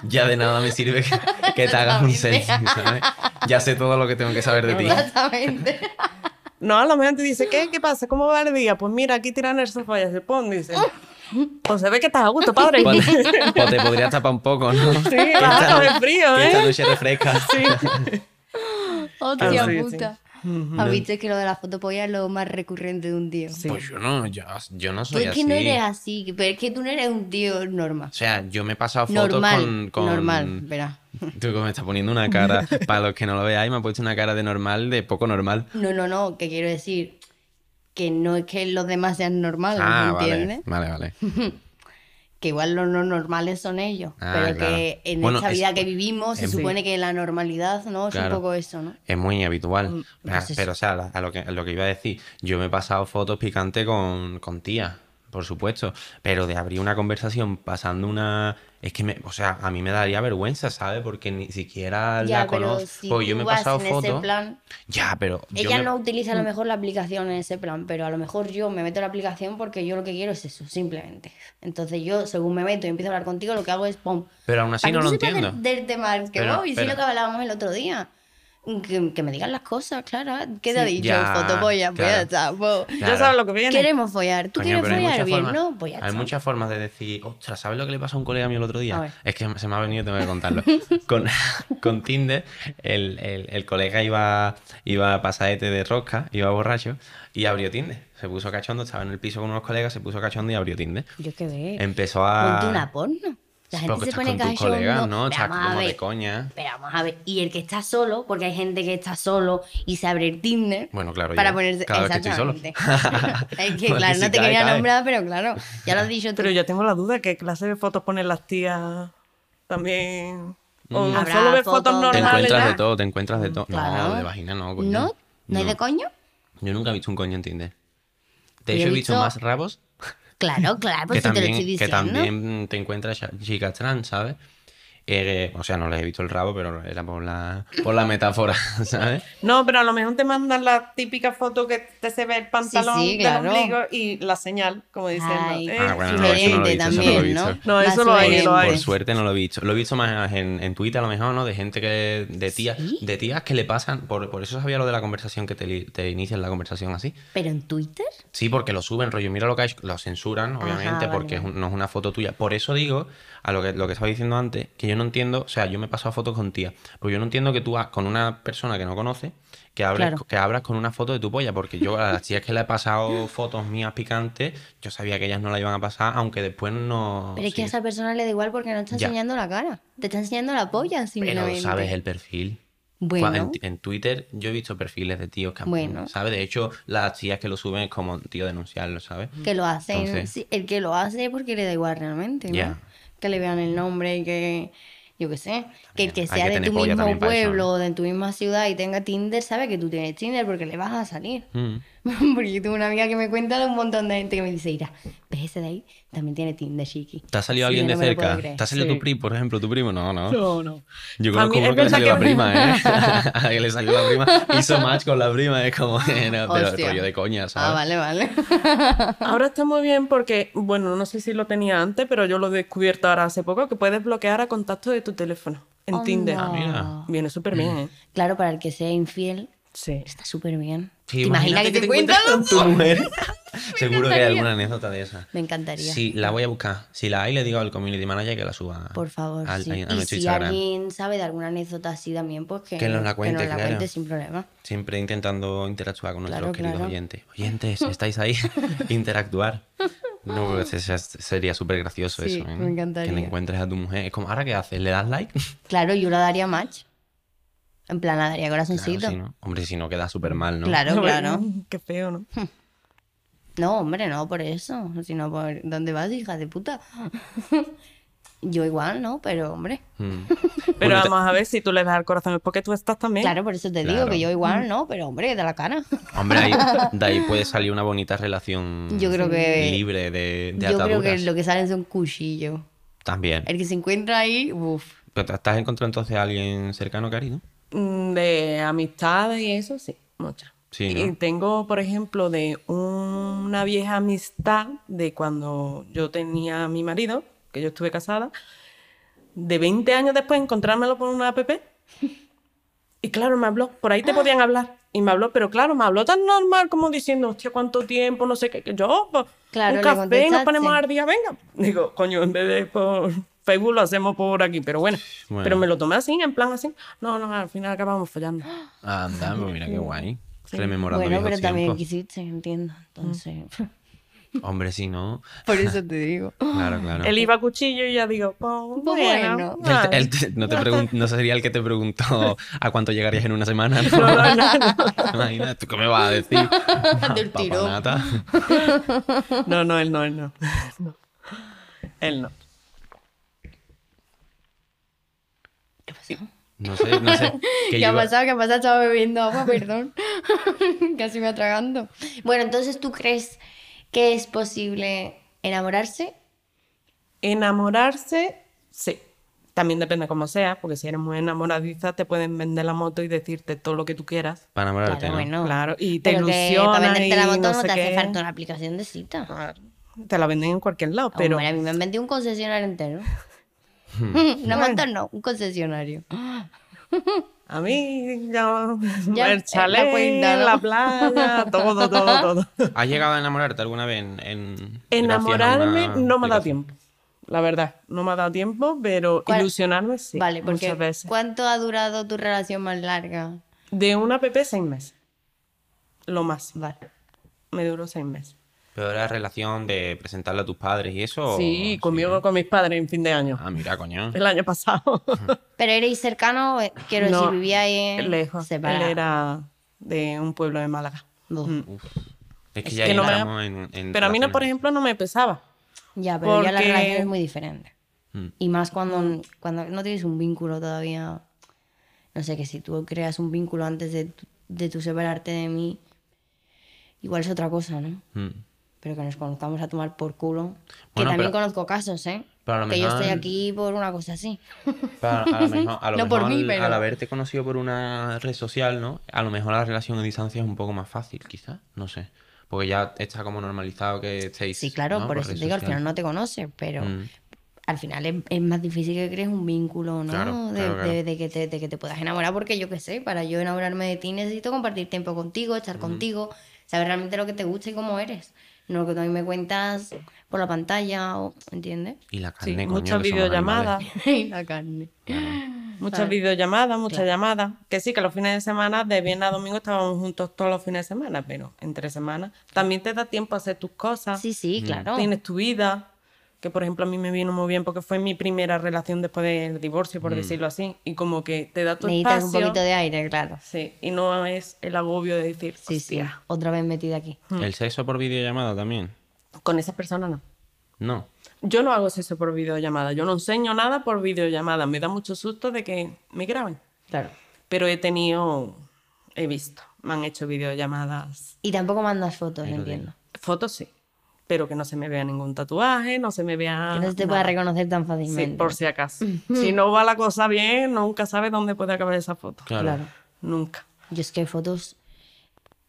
Speaker 3: ¿no? <laughs> ya de nada me sirve que, que te hagas un selfie, ¿sabes? Ya sé todo lo que tengo que saber de
Speaker 2: <laughs>
Speaker 3: ti.
Speaker 2: Exactamente.
Speaker 4: No, a lo mejor te dice, ¿qué? ¿Qué pasa? ¿Cómo va el día? Pues mira, aquí tiran el sofá y se pone, dice. Pues se ve que estás a gusto, padre. <laughs>
Speaker 3: Pues, pues te podrías tapar un poco, ¿no?
Speaker 4: Sí,
Speaker 3: Que
Speaker 4: vas a
Speaker 3: esta-
Speaker 4: coger frío,
Speaker 3: que esta
Speaker 4: ¿eh?
Speaker 3: noche refresca.
Speaker 2: Hostia
Speaker 4: sí, sí.
Speaker 2: Oh, puta. ¿Has visto que lo de la fotopolla es lo más recurrente de un tío?
Speaker 4: Sí.
Speaker 3: Pues yo no, yo, yo no
Speaker 2: Tú
Speaker 3: soy
Speaker 2: es
Speaker 3: así.
Speaker 2: que no eres así, pero es que tú no eres un tío normal.
Speaker 3: O sea, yo me he pasado fotos
Speaker 2: Normal,
Speaker 3: con, con-
Speaker 2: normal, verá.
Speaker 3: Tú como me estás poniendo
Speaker 2: <laughs>
Speaker 3: una cara, para los que no lo veáis, me ha puesto una cara de normal, de poco normal.
Speaker 2: No, no, no, que quiero decir que no es que los demás sean normales,
Speaker 3: Ah,
Speaker 2: ¿me
Speaker 3: vale,
Speaker 2: entiendes?
Speaker 3: vale, vale.
Speaker 2: que igual los no normales son ellos,
Speaker 3: Ah,
Speaker 2: pero
Speaker 3: claro.
Speaker 2: que en
Speaker 3: Bueno,
Speaker 2: esta
Speaker 3: es-
Speaker 2: vida que vivimos se
Speaker 3: en-
Speaker 2: supone que la normalidad, ¿no? Es
Speaker 3: Claro.
Speaker 2: un poco eso, ¿no?
Speaker 3: Es muy habitual.
Speaker 2: pues
Speaker 3: Ah,
Speaker 2: eso.
Speaker 3: pero, o sea, la- a lo, que, a lo que iba a decir, yo me he pasado fotos picantes con, con tías, por supuesto. Pero de abrir una conversación pasando una. Es que, me, o sea, a mí me daría vergüenza, ¿sabes? Porque ni siquiera Ah, la conozco. Pues yo me he
Speaker 2: tú vas
Speaker 3: pasado
Speaker 2: en ese
Speaker 3: fotos.
Speaker 2: plan,
Speaker 3: Ya, pero. yo
Speaker 2: ella
Speaker 3: me- Mm.
Speaker 2: no utiliza a lo mejor la aplicación en ese plan, pero a lo mejor yo me meto en la aplicación porque yo lo que quiero es eso, simplemente. Entonces yo, según me meto y empiezo a hablar contigo, lo que hago es pum.
Speaker 3: Pero aún así
Speaker 2: Para
Speaker 3: no
Speaker 2: que
Speaker 3: lo
Speaker 2: tú sepas
Speaker 3: entiendo.
Speaker 2: Del, del tema del que
Speaker 3: Pero-
Speaker 2: voy, sí
Speaker 3: pero-
Speaker 2: lo que hablábamos el otro día. Que, que me digan las cosas, Clara. ¿Qué te ha
Speaker 3: Sí,
Speaker 2: dicho?
Speaker 3: ya,
Speaker 2: Fotopolla, pues ya
Speaker 3: claro.
Speaker 2: está, po.
Speaker 3: Claro.
Speaker 4: Ya sabes lo que viene.
Speaker 2: Queremos follar. ¿Tú
Speaker 3: Coño,
Speaker 2: quieres
Speaker 3: pero hay
Speaker 2: follar
Speaker 3: muchas
Speaker 2: bien?
Speaker 3: formas-
Speaker 2: No, pues ya
Speaker 3: Hay
Speaker 2: está.
Speaker 3: muchas formas de decir, ostras, ¿sabes lo que le pasó a un colega mío el otro
Speaker 2: A
Speaker 3: día?
Speaker 2: ver.
Speaker 3: Es que se me ha venido, tengo
Speaker 2: <laughs>
Speaker 3: que contarlo. con, con Tinder, el, el- el colega iba, iba a pasadete de rosca, iba borracho, y abrió Tinder. Se puso cachondo, estaba en el piso con unos colegas, se puso cachondo y abrió Tinder.
Speaker 2: Yo qué ve.
Speaker 3: Empezó a...
Speaker 2: Eh, Ponte una porno. La gente
Speaker 3: Porque
Speaker 2: se
Speaker 3: ah, estás
Speaker 2: pone
Speaker 3: con tus
Speaker 2: cachondo.
Speaker 3: colegas, ¿no?
Speaker 2: Pero
Speaker 3: Estás
Speaker 2: vamos a
Speaker 3: como de
Speaker 2: ver,
Speaker 3: coña.
Speaker 2: Pero vamos a ver. Y el que está solo, porque hay gente que está solo y se abre el Tinder.
Speaker 3: Bueno, claro,
Speaker 2: Para
Speaker 3: yo,
Speaker 2: ponerse.
Speaker 3: cada vez que estoy solo.
Speaker 2: Exactamente. <laughs> es que,
Speaker 3: <laughs> Porque
Speaker 2: claro,
Speaker 3: si
Speaker 2: no te
Speaker 3: cae,
Speaker 2: quería
Speaker 3: cae.
Speaker 2: nombrar, pero claro. Ya lo has dicho tú.
Speaker 4: Pero yo tengo la duda, ¿qué clase de fotos ponen las tías también? O
Speaker 2: Habrá
Speaker 4: solo ves fotos,
Speaker 2: fotos-
Speaker 3: Te
Speaker 4: normales.
Speaker 3: Mm. encuentras de
Speaker 4: ya.
Speaker 3: todo, te encuentras de todo.
Speaker 2: Claro.
Speaker 3: No, de vagina no, coño.
Speaker 2: ¿No? ¿No hay de coño?
Speaker 3: Yo nunca he visto un coño en Tinder.
Speaker 2: Yo
Speaker 3: De
Speaker 2: he
Speaker 3: hecho, he visto
Speaker 2: visto-
Speaker 3: más rabos
Speaker 2: Claro, claro,
Speaker 3: que,
Speaker 2: pues si te lo
Speaker 3: también,
Speaker 2: estoy
Speaker 3: que
Speaker 2: diciendo.
Speaker 3: también te encuentras cha- chicas trans, ¿sabes? Eh, o sea, no les he visto el rabo, pero era por la, por la metáfora, <laughs> ¿sabes?
Speaker 4: No, pero a lo mejor te mandan la típica foto que te se ve el pantalón
Speaker 2: sí, claro.
Speaker 4: del ombligo y la señal, como diciendo.
Speaker 2: Ay,
Speaker 4: eh,
Speaker 3: Ah, bueno, no, eso no lo he
Speaker 2: sugerente
Speaker 3: visto, eso no lo he
Speaker 2: también,
Speaker 3: visto.
Speaker 2: ¿no?
Speaker 4: No, eso
Speaker 2: Más
Speaker 4: lo hay, lo hay.
Speaker 2: sugerente.
Speaker 3: Por suerte no lo he visto. Lo he visto más en, en Twitter, a lo mejor, ¿no? De gente que. De tías,
Speaker 2: ¿Sí?
Speaker 3: de tías que le pasan. Por, por eso sabía lo de la conversación que te, li- te inician la conversación así.
Speaker 2: ¿Pero en Twitter?
Speaker 3: Sí, porque lo suben, rollo, mira lo que hay, lo censuran, obviamente,
Speaker 2: vale,
Speaker 3: porque es
Speaker 2: vale.
Speaker 3: un- no es una foto tuya. Por eso digo, a lo que, lo que estaba diciendo antes, que yo no entiendo, o sea, yo me he pasado fotos con tía, pero yo no entiendo que tú ha- con una persona que no conoces, que hables,
Speaker 2: Claro.
Speaker 3: que abras con una foto de tu polla, porque yo a las tías que le he
Speaker 2: <laughs>
Speaker 3: pasado fotos mías picantes, yo sabía que ellas no la iban a pasar, aunque después no...
Speaker 2: Pero es que
Speaker 3: sí.
Speaker 2: a esa persona le da igual porque no está
Speaker 3: Ya.
Speaker 2: enseñando la cara. Te está enseñando la polla,
Speaker 3: Pero
Speaker 2: simplemente.
Speaker 3: sabes el perfil.
Speaker 2: Bueno.
Speaker 3: Cua- En, en Twitter yo he visto perfiles de tíos que... han-
Speaker 2: Bueno.
Speaker 3: ¿Sabes? De hecho, las tías que lo suben es como, tío, denunciarlo, ¿sabes?
Speaker 2: Que lo hace, ¿no?
Speaker 3: Entonces-
Speaker 2: Sí, el que lo hace es porque le da igual realmente, ¿no?
Speaker 3: Ya.
Speaker 2: Que le vean el nombre, que yo qué sé, que el que
Speaker 3: Hay
Speaker 2: sea
Speaker 3: que
Speaker 2: de
Speaker 3: tener
Speaker 2: tu
Speaker 3: polla
Speaker 2: mismo
Speaker 3: también para eso,
Speaker 2: pueblo
Speaker 3: ¿no?
Speaker 2: o de tu misma ciudad y tenga Tinder, sabe que tú tienes Tinder porque le vas a salir.
Speaker 3: Mm.
Speaker 2: <laughs> Porque yo tengo una amiga que me cuenta de un montón de gente que me dice, Ira, ¿ves ese de ahí? También tiene Tinder, chiqui.
Speaker 3: ¿Te ha salido
Speaker 2: Sí, yo
Speaker 3: alguien de
Speaker 2: no me lo puedo
Speaker 3: cerca?
Speaker 2: creer.
Speaker 3: ¿Te ha salido tu
Speaker 4: Sí.
Speaker 3: primo, por ejemplo? ¿Tu primo? No, no.
Speaker 4: No, no.
Speaker 3: Yo
Speaker 4: A
Speaker 3: conozco
Speaker 4: mí- es
Speaker 3: uno que le
Speaker 4: verdad
Speaker 3: salió la
Speaker 4: que-
Speaker 3: prima, ¿eh? <laughs> A que le salió
Speaker 2: <laughs>
Speaker 3: la prima, hizo match con la prima, es como, <laughs> eh, no, pero
Speaker 2: Hostia.
Speaker 3: rollo de coña, ¿sabes?
Speaker 2: Ah, vale, vale. <laughs>
Speaker 4: Ahora está muy bien porque, bueno, no sé si lo tenía antes, pero yo lo he descubierto ahora hace poco, que puedes bloquear a contacto de tu teléfono en
Speaker 2: Anda.
Speaker 4: Tinder.
Speaker 2: Ah,
Speaker 3: mira.
Speaker 4: Viene súper bien, ¿eh?
Speaker 2: Claro, para el que sea infiel,
Speaker 4: <laughs> Sí.
Speaker 2: está súper bien.
Speaker 3: Sí,
Speaker 2: ¿Te imaginas que te, cuentan?
Speaker 3: encuentras con
Speaker 2: <laughs>
Speaker 3: tu mujer. <laughs> Seguro que hay alguna anécdota de esa.
Speaker 2: Me encantaría.
Speaker 3: Sí, la voy a buscar. Si la hay, le digo al community manager que la suba.
Speaker 2: Por favor,
Speaker 3: Ah, al-
Speaker 2: sí.
Speaker 3: a- a
Speaker 2: y
Speaker 3: nuestro
Speaker 2: si
Speaker 3: Instagram.
Speaker 2: alguien sabe de alguna anécdota así también, pues que,
Speaker 3: Que nos la cuente, claro.
Speaker 2: cuente sin problema.
Speaker 3: Siempre intentando interactuar con nuestros
Speaker 2: Claro,
Speaker 3: queridos
Speaker 2: claro.
Speaker 3: oyentes. Oyentes,
Speaker 2: <laughs>
Speaker 3: ¿estáis ahí? Interactuar. No, pues es- es- sería súper gracioso
Speaker 2: Sí,
Speaker 3: eso. ¿eh?
Speaker 2: me encantaría.
Speaker 3: Que le encuentres a tu mujer. Es como, ¿ahora qué haces? ¿Le das like?
Speaker 2: Claro, yo la daría match. En plan, la daría
Speaker 3: Claro,
Speaker 2: corazoncito.
Speaker 3: si no. Hombre, si no queda súper mal, ¿no?
Speaker 2: Claro,
Speaker 4: <laughs> No,
Speaker 2: claro.
Speaker 4: Qué feo, ¿no?
Speaker 2: No, hombre, no por eso, sino por dónde vas, hija de puta. <laughs> yo igual, ¿no, pero hombre. <laughs>
Speaker 3: Mm.
Speaker 4: Pero
Speaker 3: Bueno, te-
Speaker 4: vamos a ver si tú le das al corazón, es porque tú estás también.
Speaker 2: Claro, por eso te digo
Speaker 3: Claro.
Speaker 2: que yo igual, ¿no? Pero hombre, de la cara.
Speaker 3: Hombre, ahí- <laughs> de ahí puede salir una bonita relación
Speaker 2: Yo creo que-
Speaker 3: libre de, de
Speaker 2: yo creo
Speaker 3: ataduras.
Speaker 2: que lo que salen son cuchillos.
Speaker 3: También.
Speaker 2: El que se encuentra ahí, uff.
Speaker 3: ¿Pero te- ¿Estás encontrado entonces a alguien cercano, Cari? no?
Speaker 4: Mm, De amistades y eso, sí, muchas.
Speaker 3: Sí,
Speaker 4: Y
Speaker 3: ¿no?
Speaker 4: tengo, por ejemplo, de una vieja amistad de cuando yo tenía a mi marido, que yo estuve casada, de 20 años después encontrármelo por una app. Y claro, me habló, por ahí te
Speaker 3: Ah.
Speaker 4: podían hablar. Y me habló, pero claro, me habló tan normal como diciendo, hostia, cuánto tiempo, no sé qué, que yo, pues,
Speaker 2: Claro,
Speaker 4: un
Speaker 2: le
Speaker 4: café, nos
Speaker 2: contestaste.
Speaker 4: ponemos al día, venga. Digo, coño, en vez de por Facebook lo hacemos por aquí, pero bueno.
Speaker 3: Bueno.
Speaker 4: Pero me lo tomé así, en plan así. No, no, al final acabamos follando.
Speaker 3: Anda, pues mira qué guay. Rememorando
Speaker 2: Bueno, pero
Speaker 3: viejos
Speaker 2: también
Speaker 3: tiempos.
Speaker 2: quisiste, entiendo. Entonces,
Speaker 3: Hombre, si no.
Speaker 2: por eso te digo.
Speaker 3: Claro, claro.
Speaker 4: Él iba a cuchillo y ya digo, pues, bueno.
Speaker 2: bueno.
Speaker 3: Él te- él te- no, te pregun- no sería el que te preguntó a cuánto llegarías en una semana, ¿no?
Speaker 4: <laughs> No, no, no,
Speaker 3: Imagina, ¿tú qué me vas a
Speaker 4: <laughs>
Speaker 3: decir?
Speaker 2: Del tirón.
Speaker 3: Papanata.
Speaker 4: no, no, él no, él no. <laughs> Él no.
Speaker 2: ¿Qué ha pasado?
Speaker 3: No sé, no
Speaker 4: <laughs>
Speaker 3: sé. Que
Speaker 2: ¿Qué
Speaker 3: yo
Speaker 2: ha
Speaker 3: iba-
Speaker 2: pasado? ¿Qué ha pasado? Estaba bebiendo agua, <laughs> perdón. Casi me atragando. Bueno, entonces, ¿tú crees que es posible enamorarse?
Speaker 4: Enamorarse, sí. También depende cómo sea, porque si eres muy enamoradiza te pueden vender la moto y decirte todo lo que tú quieras.
Speaker 3: Para enamorarte,
Speaker 2: Claro,
Speaker 3: ¿no?
Speaker 2: bueno.
Speaker 4: Claro, y te
Speaker 2: Pero que
Speaker 4: ilusiona
Speaker 2: para venderte la
Speaker 4: y
Speaker 2: moto
Speaker 4: no
Speaker 2: no,
Speaker 4: sé
Speaker 2: te hace
Speaker 4: qué.
Speaker 2: falta una aplicación de cita.
Speaker 4: Claro, Ah, Te la venden en cualquier lado, pero
Speaker 2: Hombre, a mí me han vendido un concesionario
Speaker 4: <laughs>
Speaker 2: entero. <laughs> Una moto no, un concesionario.
Speaker 4: a mí ya,
Speaker 2: Ya, eh,
Speaker 4: el
Speaker 2: la
Speaker 4: chalet, la,
Speaker 2: cuenta, ¿no?
Speaker 4: playa, todo,
Speaker 3: <laughs>
Speaker 4: todo, todo.
Speaker 3: ¿Has llegado a enamorarte alguna vez en, en-
Speaker 4: Enamorarme
Speaker 3: gracias a una
Speaker 4: no me ha dado
Speaker 3: aplicación?
Speaker 4: tiempo, la verdad, no me ha dado tiempo, pero
Speaker 2: ¿Cuál?
Speaker 4: ilusionarme sí,
Speaker 2: vale, porque
Speaker 4: muchas veces.
Speaker 2: ¿cuánto ha durado tu relación más larga?
Speaker 4: De una app seis meses, lo más, vale. Me duró seis meses.
Speaker 3: ¿Pero era relación de presentarla a tus padres y eso? o-
Speaker 4: Sí, conmigo, con mis padres en fin de año,
Speaker 3: Oh, Ah, mira, coño.
Speaker 4: el
Speaker 3: <laughs>
Speaker 4: año pasado.
Speaker 2: ¿Pero erais cercanos? Eh, Quiero
Speaker 4: No,
Speaker 2: decir, vivíais en...
Speaker 4: <laughs> Lejos,
Speaker 2: separados.
Speaker 4: él era de un pueblo de Málaga.
Speaker 2: Uf,
Speaker 3: Es que ya
Speaker 4: que no me-
Speaker 3: entramos en, en
Speaker 4: Pero a mí, no,
Speaker 3: relaciones.
Speaker 4: por ejemplo, no me pesaba.
Speaker 2: Ya, pero ya la
Speaker 4: Porque-
Speaker 2: relación es muy diferente.
Speaker 3: Mm.
Speaker 2: Y más cuando, cuando no tienes un vínculo todavía. No sé, que si tú creas un vínculo antes de, tu- de tú separarte de mí, igual es otra cosa, ¿no?
Speaker 3: Mm.
Speaker 2: Pero que nos conozcamos a tomar por culo. que
Speaker 3: Bueno,
Speaker 2: también
Speaker 3: pero-
Speaker 2: conozco casos, ¿eh?
Speaker 3: pero a lo
Speaker 2: que yo
Speaker 3: mejor-
Speaker 2: estoy aquí por una cosa así.
Speaker 3: Pa- Pues a lo mejor, a lo
Speaker 2: <laughs> No por
Speaker 3: mejor
Speaker 2: mí,
Speaker 3: al-
Speaker 2: pero-
Speaker 3: al haberte conocido por una red social, ¿no? A lo mejor la relación a distancia es un poco más fácil, quizás, no sé. Porque ya está como normalizado que estéis.
Speaker 2: Sí, claro,
Speaker 3: ¿no?
Speaker 2: por eso
Speaker 3: red
Speaker 2: te digo, al
Speaker 3: social.
Speaker 2: final no te conoces, pero
Speaker 3: Mm.
Speaker 2: al final es, es más difícil que crees un vínculo, ¿no?
Speaker 3: Claro,
Speaker 2: de,
Speaker 3: claro, claro.
Speaker 2: de- de que te, de que te puedas enamorar, porque yo qué sé, para yo enamorarme de ti necesito compartir tiempo contigo, estar contigo, saber realmente lo que te gusta y cómo eres. No lo que tú a mí me cuentas por la pantalla, o-
Speaker 4: <laughs>
Speaker 2: ¿entiendes?
Speaker 3: Y la carne,
Speaker 4: Sí,
Speaker 3: coño,
Speaker 4: muchas
Speaker 3: que somos
Speaker 4: videollamadas,
Speaker 3: animales.
Speaker 2: y la carne.
Speaker 4: muchas videollamadas, muchas llamadas. Que sí, que los fines de semana, de viernes a domingo, estábamos juntos todos los fines de semana, pero entre semanas también te da tiempo a hacer tus cosas,
Speaker 2: Sí,
Speaker 3: Mm.
Speaker 2: sí, claro.
Speaker 4: tienes tu vida. Que por ejemplo a mí me vino muy bien porque fue mi primera relación después del divorcio, por decirlo así. Y como que te da tu
Speaker 2: Necesitas un
Speaker 4: espacio.
Speaker 2: poquito de aire, claro.
Speaker 4: Sí, y no es el agobio de decir,
Speaker 2: Sí, sí.
Speaker 4: "Hostia,
Speaker 2: Otra vez metida aquí.
Speaker 3: El sexo por videollamada también.
Speaker 4: con esa persona no.
Speaker 3: No.
Speaker 4: Yo no hago eso por videollamada, yo no enseño nada por videollamada, me da mucho susto de que me graben.
Speaker 2: Claro.
Speaker 4: Pero he tenido, he visto, me han hecho videollamadas,
Speaker 2: Y tampoco mandas fotos, entiendo.
Speaker 4: fotos sí, pero que no se me vea ningún tatuaje, no se me vea...
Speaker 2: Que no se te pueda
Speaker 4: Ah, nada.
Speaker 2: reconocer tan
Speaker 4: Sí,
Speaker 2: fácilmente.
Speaker 4: por si acaso. si no va la cosa bien, nunca sabes dónde puede acabar esa foto.
Speaker 3: Claro.
Speaker 2: claro.
Speaker 4: Nunca.
Speaker 2: Yo es que fotos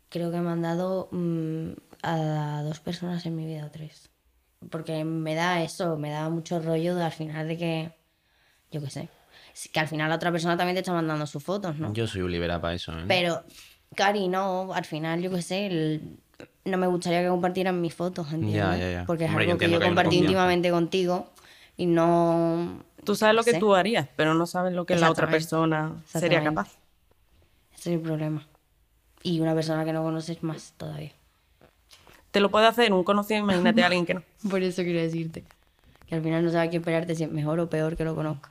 Speaker 2: creo que me han dado mm, a dos personas en mi vida o tres. Porque me da eso, me da mucho rollo de al final de que, yo qué sé, Sí, que al final la otra persona también te está mandando sus fotos, ¿no?
Speaker 3: Yo soy un liberal para eso, ¿eh?
Speaker 2: Pero, Cari, no, al final yo qué sé, el- no me gustaría que compartieran mis fotos, ¿entiendes?
Speaker 3: ya, ya.
Speaker 2: Porque es
Speaker 3: Hombre, yo
Speaker 2: algo que
Speaker 3: entiendo
Speaker 2: yo
Speaker 3: que hay una
Speaker 2: compartí
Speaker 3: confianza.
Speaker 2: íntimamente contigo y no...
Speaker 4: Tú sabes lo que
Speaker 2: Sí.
Speaker 4: tú harías, pero no sabes lo que la otra persona
Speaker 2: Exactamente.
Speaker 4: sería
Speaker 2: Exactamente.
Speaker 4: capaz.
Speaker 2: Ese es el problema. Y una persona que no conoces más todavía.
Speaker 4: Te lo puede hacer un conocido, imagínate a alguien que no.
Speaker 2: Por eso quiero decirte. Que al final no sabes qué esperarte, si es mejor o peor que lo conozca.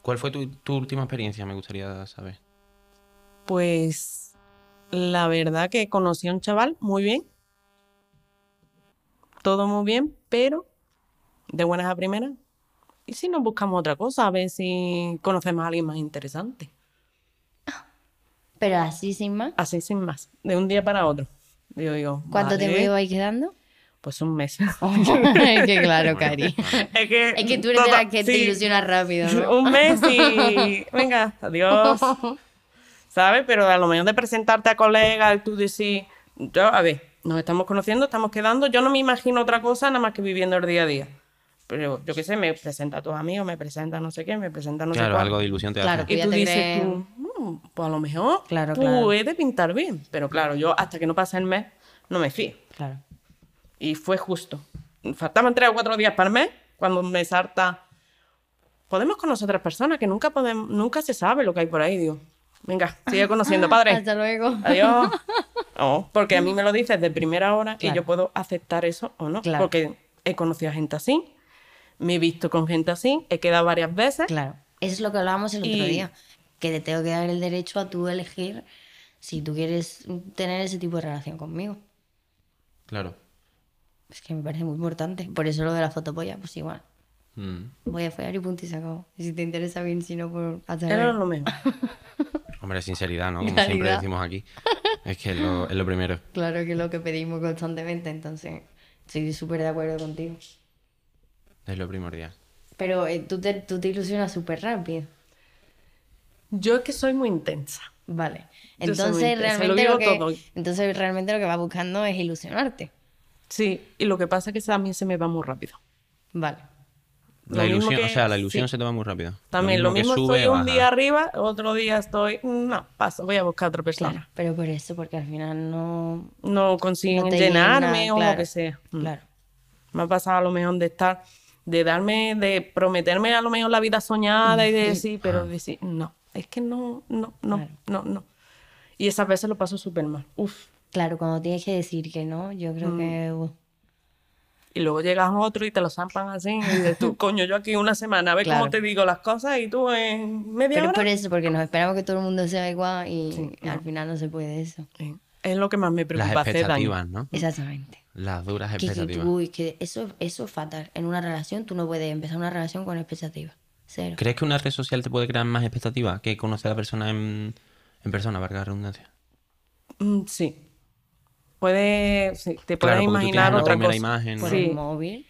Speaker 3: ¿Cuál fue tu, tu última experiencia? Me gustaría saber.
Speaker 4: Pues la verdad que conocí a un chaval muy bien. Todo muy bien, pero de buenas a primeras. ¿Y si nos buscamos otra cosa? A ver si conocemos a alguien más interesante.
Speaker 2: Pero así sin más.
Speaker 4: Así sin más, de un día para otro. Yo digo,
Speaker 2: ¿Cuánto
Speaker 4: vale,
Speaker 2: tiempo lleváis <laughs> quedando?
Speaker 4: Pues un mes. <laughs>
Speaker 2: es que claro, Cari.
Speaker 4: es, que,
Speaker 2: Es que tú eres de
Speaker 4: total,
Speaker 2: las que te
Speaker 4: sí,
Speaker 2: ilusionas rápido, ¿no?
Speaker 4: Un mes
Speaker 2: <laughs>
Speaker 4: y venga, adiós. ¿Sabes? Pero a lo mejor de presentarte a colegas y tú decís, yo, a ver, nos estamos conociendo, estamos quedando, yo no me imagino otra cosa nada más que viviendo el día a día. Pero yo qué sé, me presenta a tus amigos, me presenta no sé qué, me presenta no sé
Speaker 3: claro,
Speaker 4: cuál.
Speaker 3: algo de ilusión te
Speaker 2: Claro.
Speaker 3: hace.
Speaker 2: Tú
Speaker 4: Y
Speaker 2: ya
Speaker 4: tú
Speaker 2: te
Speaker 4: dices,
Speaker 2: crees.
Speaker 4: tú, "Mm, pues a lo mejor
Speaker 2: Claro,
Speaker 4: tú
Speaker 2: claro.
Speaker 4: he de pintar bien. Pero claro, yo hasta que no pase el mes, no me fío.
Speaker 2: Claro.
Speaker 4: Y fue justo. Faltaban tres o cuatro días para el mes cuando me salta. Podemos conocer otras personas que nunca podemos, nunca se sabe lo que hay por ahí, digo. Venga, sigue <laughs> conociendo, padre.
Speaker 2: Hasta luego.
Speaker 4: <laughs> Adiós. No, porque a mí me lo dices de primera hora y yo puedo aceptar eso o no.
Speaker 2: Claro.
Speaker 4: Porque he conocido a gente así, me he visto con gente así, he quedado varias veces.
Speaker 2: Claro. Eso es lo que hablábamos el otro
Speaker 4: Y-
Speaker 2: día. Que te tengo que dar el derecho a tú elegir si tú quieres tener ese tipo de relación conmigo.
Speaker 3: Claro.
Speaker 2: Es que me parece muy importante. Por eso lo de la fotopolla, pues igual.
Speaker 3: Mm.
Speaker 2: Voy a follar y punto y se acabó. Y si te interesa bien, si no, por hasta
Speaker 4: Era
Speaker 2: luego.
Speaker 4: lo mejor.
Speaker 3: Hombre, sinceridad, ¿no? Como
Speaker 2: Realidad.
Speaker 3: siempre decimos
Speaker 2: <laughs>
Speaker 3: aquí. Es que es lo, es lo primero.
Speaker 2: Claro que es lo que pedimos constantemente, entonces estoy súper de acuerdo contigo.
Speaker 3: Es lo primordial.
Speaker 2: Pero eh, tú, te, tú te ilusionas súper rápido.
Speaker 4: <laughs> Yo es que soy muy intensa.
Speaker 2: Vale.
Speaker 4: Yo soy
Speaker 2: Entonces
Speaker 4: muy intensa, lo
Speaker 2: realmente, lo
Speaker 4: vivo
Speaker 2: que,
Speaker 4: todo.
Speaker 2: entonces realmente lo que vas buscando es ilusionarte.
Speaker 4: Sí, y lo que pasa es que a mí se me va muy rápido.
Speaker 2: Vale.
Speaker 4: Lo
Speaker 3: La
Speaker 4: mismo
Speaker 3: ilusión,
Speaker 4: que-
Speaker 3: o sea, la ilusión
Speaker 4: sí.
Speaker 3: se te va muy rápido.
Speaker 4: También lo mismo,
Speaker 3: que sube,
Speaker 4: estoy un
Speaker 3: baja.
Speaker 4: día arriba, otro día estoy, no, paso, voy a buscar a otra
Speaker 2: Claro.
Speaker 4: persona.
Speaker 2: Pero por eso, porque al final no...
Speaker 4: No consiguen
Speaker 2: No te
Speaker 4: llenarme
Speaker 2: llena,
Speaker 4: o
Speaker 2: claro.
Speaker 4: lo que sea. Mm.
Speaker 2: Claro.
Speaker 4: Me ha pasado a lo mejor de estar, de darme, de prometerme a lo mejor la vida soñada y de decir, pero decir, no, es que no, no, no,
Speaker 2: Mm. Claro.
Speaker 4: no, no. Y esas veces lo paso súper mal. Uf.
Speaker 2: Claro, cuando tienes que decir que no, yo creo
Speaker 4: Mm.
Speaker 2: que... uh,
Speaker 4: Y luego llegas a otro y te lo zampan así. Y dices
Speaker 2: <laughs>
Speaker 4: tú, coño, yo aquí una semana, a ver
Speaker 2: Claro.
Speaker 4: cómo te digo las cosas y tú en media
Speaker 2: Pero
Speaker 4: hora.
Speaker 2: por eso, porque nos esperamos que todo el mundo sea igual y al final no se puede eso.
Speaker 4: Sí, Es lo que más me
Speaker 3: Las
Speaker 4: preocupa hacer daño.
Speaker 3: expectativas, ¿no?
Speaker 2: Exactamente.
Speaker 3: Las duras
Speaker 2: Que, que,
Speaker 3: expectativas.
Speaker 2: tú- que eso, eso es fatal. En una relación tú no puedes empezar una relación con expectativas. Cero.
Speaker 3: ¿Crees que una red social te puede crear más expectativas que conocer a la persona en, en persona, valga la redundancia?
Speaker 4: Mm, Sí. Puedes, sí, te
Speaker 3: Claro, porque
Speaker 4: puedes
Speaker 3: tú
Speaker 4: imaginar
Speaker 3: tienes la
Speaker 4: otra
Speaker 3: primera
Speaker 4: cosa.
Speaker 3: imagen, ¿no?
Speaker 2: Por
Speaker 4: Sí.
Speaker 2: el móvil.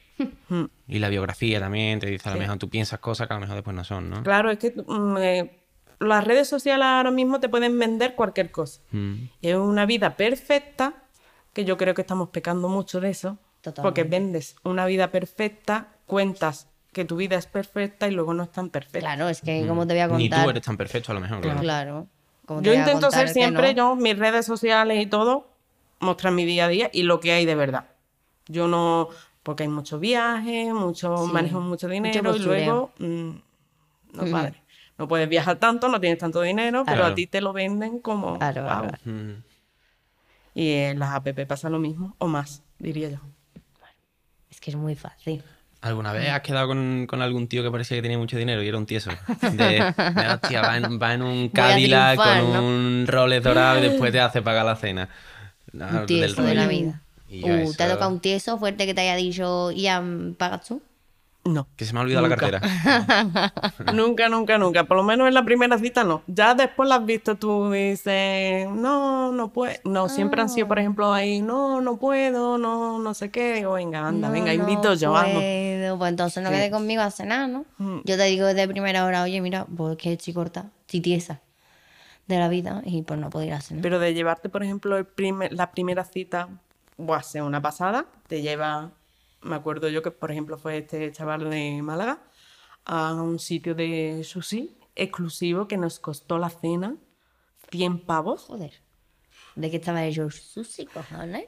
Speaker 4: Mm.
Speaker 3: Y la biografía también te dice, a lo mejor tú piensas cosas que a lo mejor después no son, ¿no?
Speaker 4: Claro, es que mm, eh, las redes sociales ahora mismo te pueden vender cualquier cosa.
Speaker 3: Mm.
Speaker 4: Y es una vida perfecta, que yo creo que estamos pecando mucho de eso. Porque
Speaker 2: Totalmente.
Speaker 4: vendes una vida perfecta, cuentas que tu vida es perfecta y luego no es tan perfecta.
Speaker 2: Claro, es que como te voy a
Speaker 3: Mm. Ni
Speaker 2: contar.
Speaker 3: tú eres tan perfecto a lo mejor, claro.
Speaker 2: Claro. ¿Cómo te
Speaker 4: Yo
Speaker 2: voy a
Speaker 4: intento
Speaker 2: contar
Speaker 4: ser
Speaker 2: que
Speaker 4: siempre,
Speaker 2: no?
Speaker 4: yo, mis redes sociales y todo, mostrar mi día a día y lo que hay de verdad. Yo no, porque hay muchos viajes, mucho
Speaker 2: Sí,
Speaker 4: manejo, mucho dinero y
Speaker 2: postureo.
Speaker 4: luego, mm, no padre. No puedes viajar tanto, no tienes tanto dinero, pero
Speaker 3: Claro.
Speaker 4: a ti te lo venden como,
Speaker 2: Claro, claro,
Speaker 4: "Guau".
Speaker 2: claro.
Speaker 3: Mm.
Speaker 4: Y en las app pasa lo mismo, o más, diría yo.
Speaker 2: Es que es muy fácil.
Speaker 3: ¿Alguna
Speaker 2: Mm.
Speaker 3: vez has quedado con, con algún tío que parecía que tenía mucho dinero y era un tieso?
Speaker 2: <laughs>
Speaker 3: De, de, hostia, va en, va en un Cadillac
Speaker 2: triunfar,
Speaker 3: con
Speaker 2: ¿no?
Speaker 3: un Rolex dorado y después
Speaker 2: <gasps>
Speaker 3: te hace pagar la cena. Ah,
Speaker 2: Un tieso de
Speaker 3: rollo.
Speaker 2: la vida.
Speaker 3: Y yo
Speaker 2: Uh,
Speaker 3: eso-
Speaker 2: te ha tocado un tieso fuerte que te haya dicho, Ian, pagas tú.
Speaker 4: No.
Speaker 3: Que se me ha olvidado
Speaker 4: Nunca.
Speaker 3: la cartera.
Speaker 4: <laughs> Nunca, nunca, nunca. Por lo menos en la primera cita no. Ya después las has visto, tú dices, no, no puedo. No, siempre han sido,
Speaker 2: Ah.
Speaker 4: por ejemplo, ahí, no, no puedo, no, no sé qué. Digo, venga, anda,
Speaker 2: No,
Speaker 4: venga,
Speaker 2: no
Speaker 4: invito yo, vamos.
Speaker 2: puedo. Pues entonces no
Speaker 4: Sí.
Speaker 2: quede conmigo a cenar, ¿no?
Speaker 4: Mm.
Speaker 2: Yo te digo desde primera hora, oye, mira, pues que estoy corta, estoy tiesa de la vida y pues no puedo ir a cenar.
Speaker 4: Pero de llevarte, por ejemplo, el primer- la primera cita, buah, sea una pasada, te lleva, me acuerdo yo que, por ejemplo, fue este chaval de Málaga, a un sitio de sushi exclusivo que nos costó la cena 100 pavos.
Speaker 2: Joder. ¿De qué estaba hecho el sushi, cojones?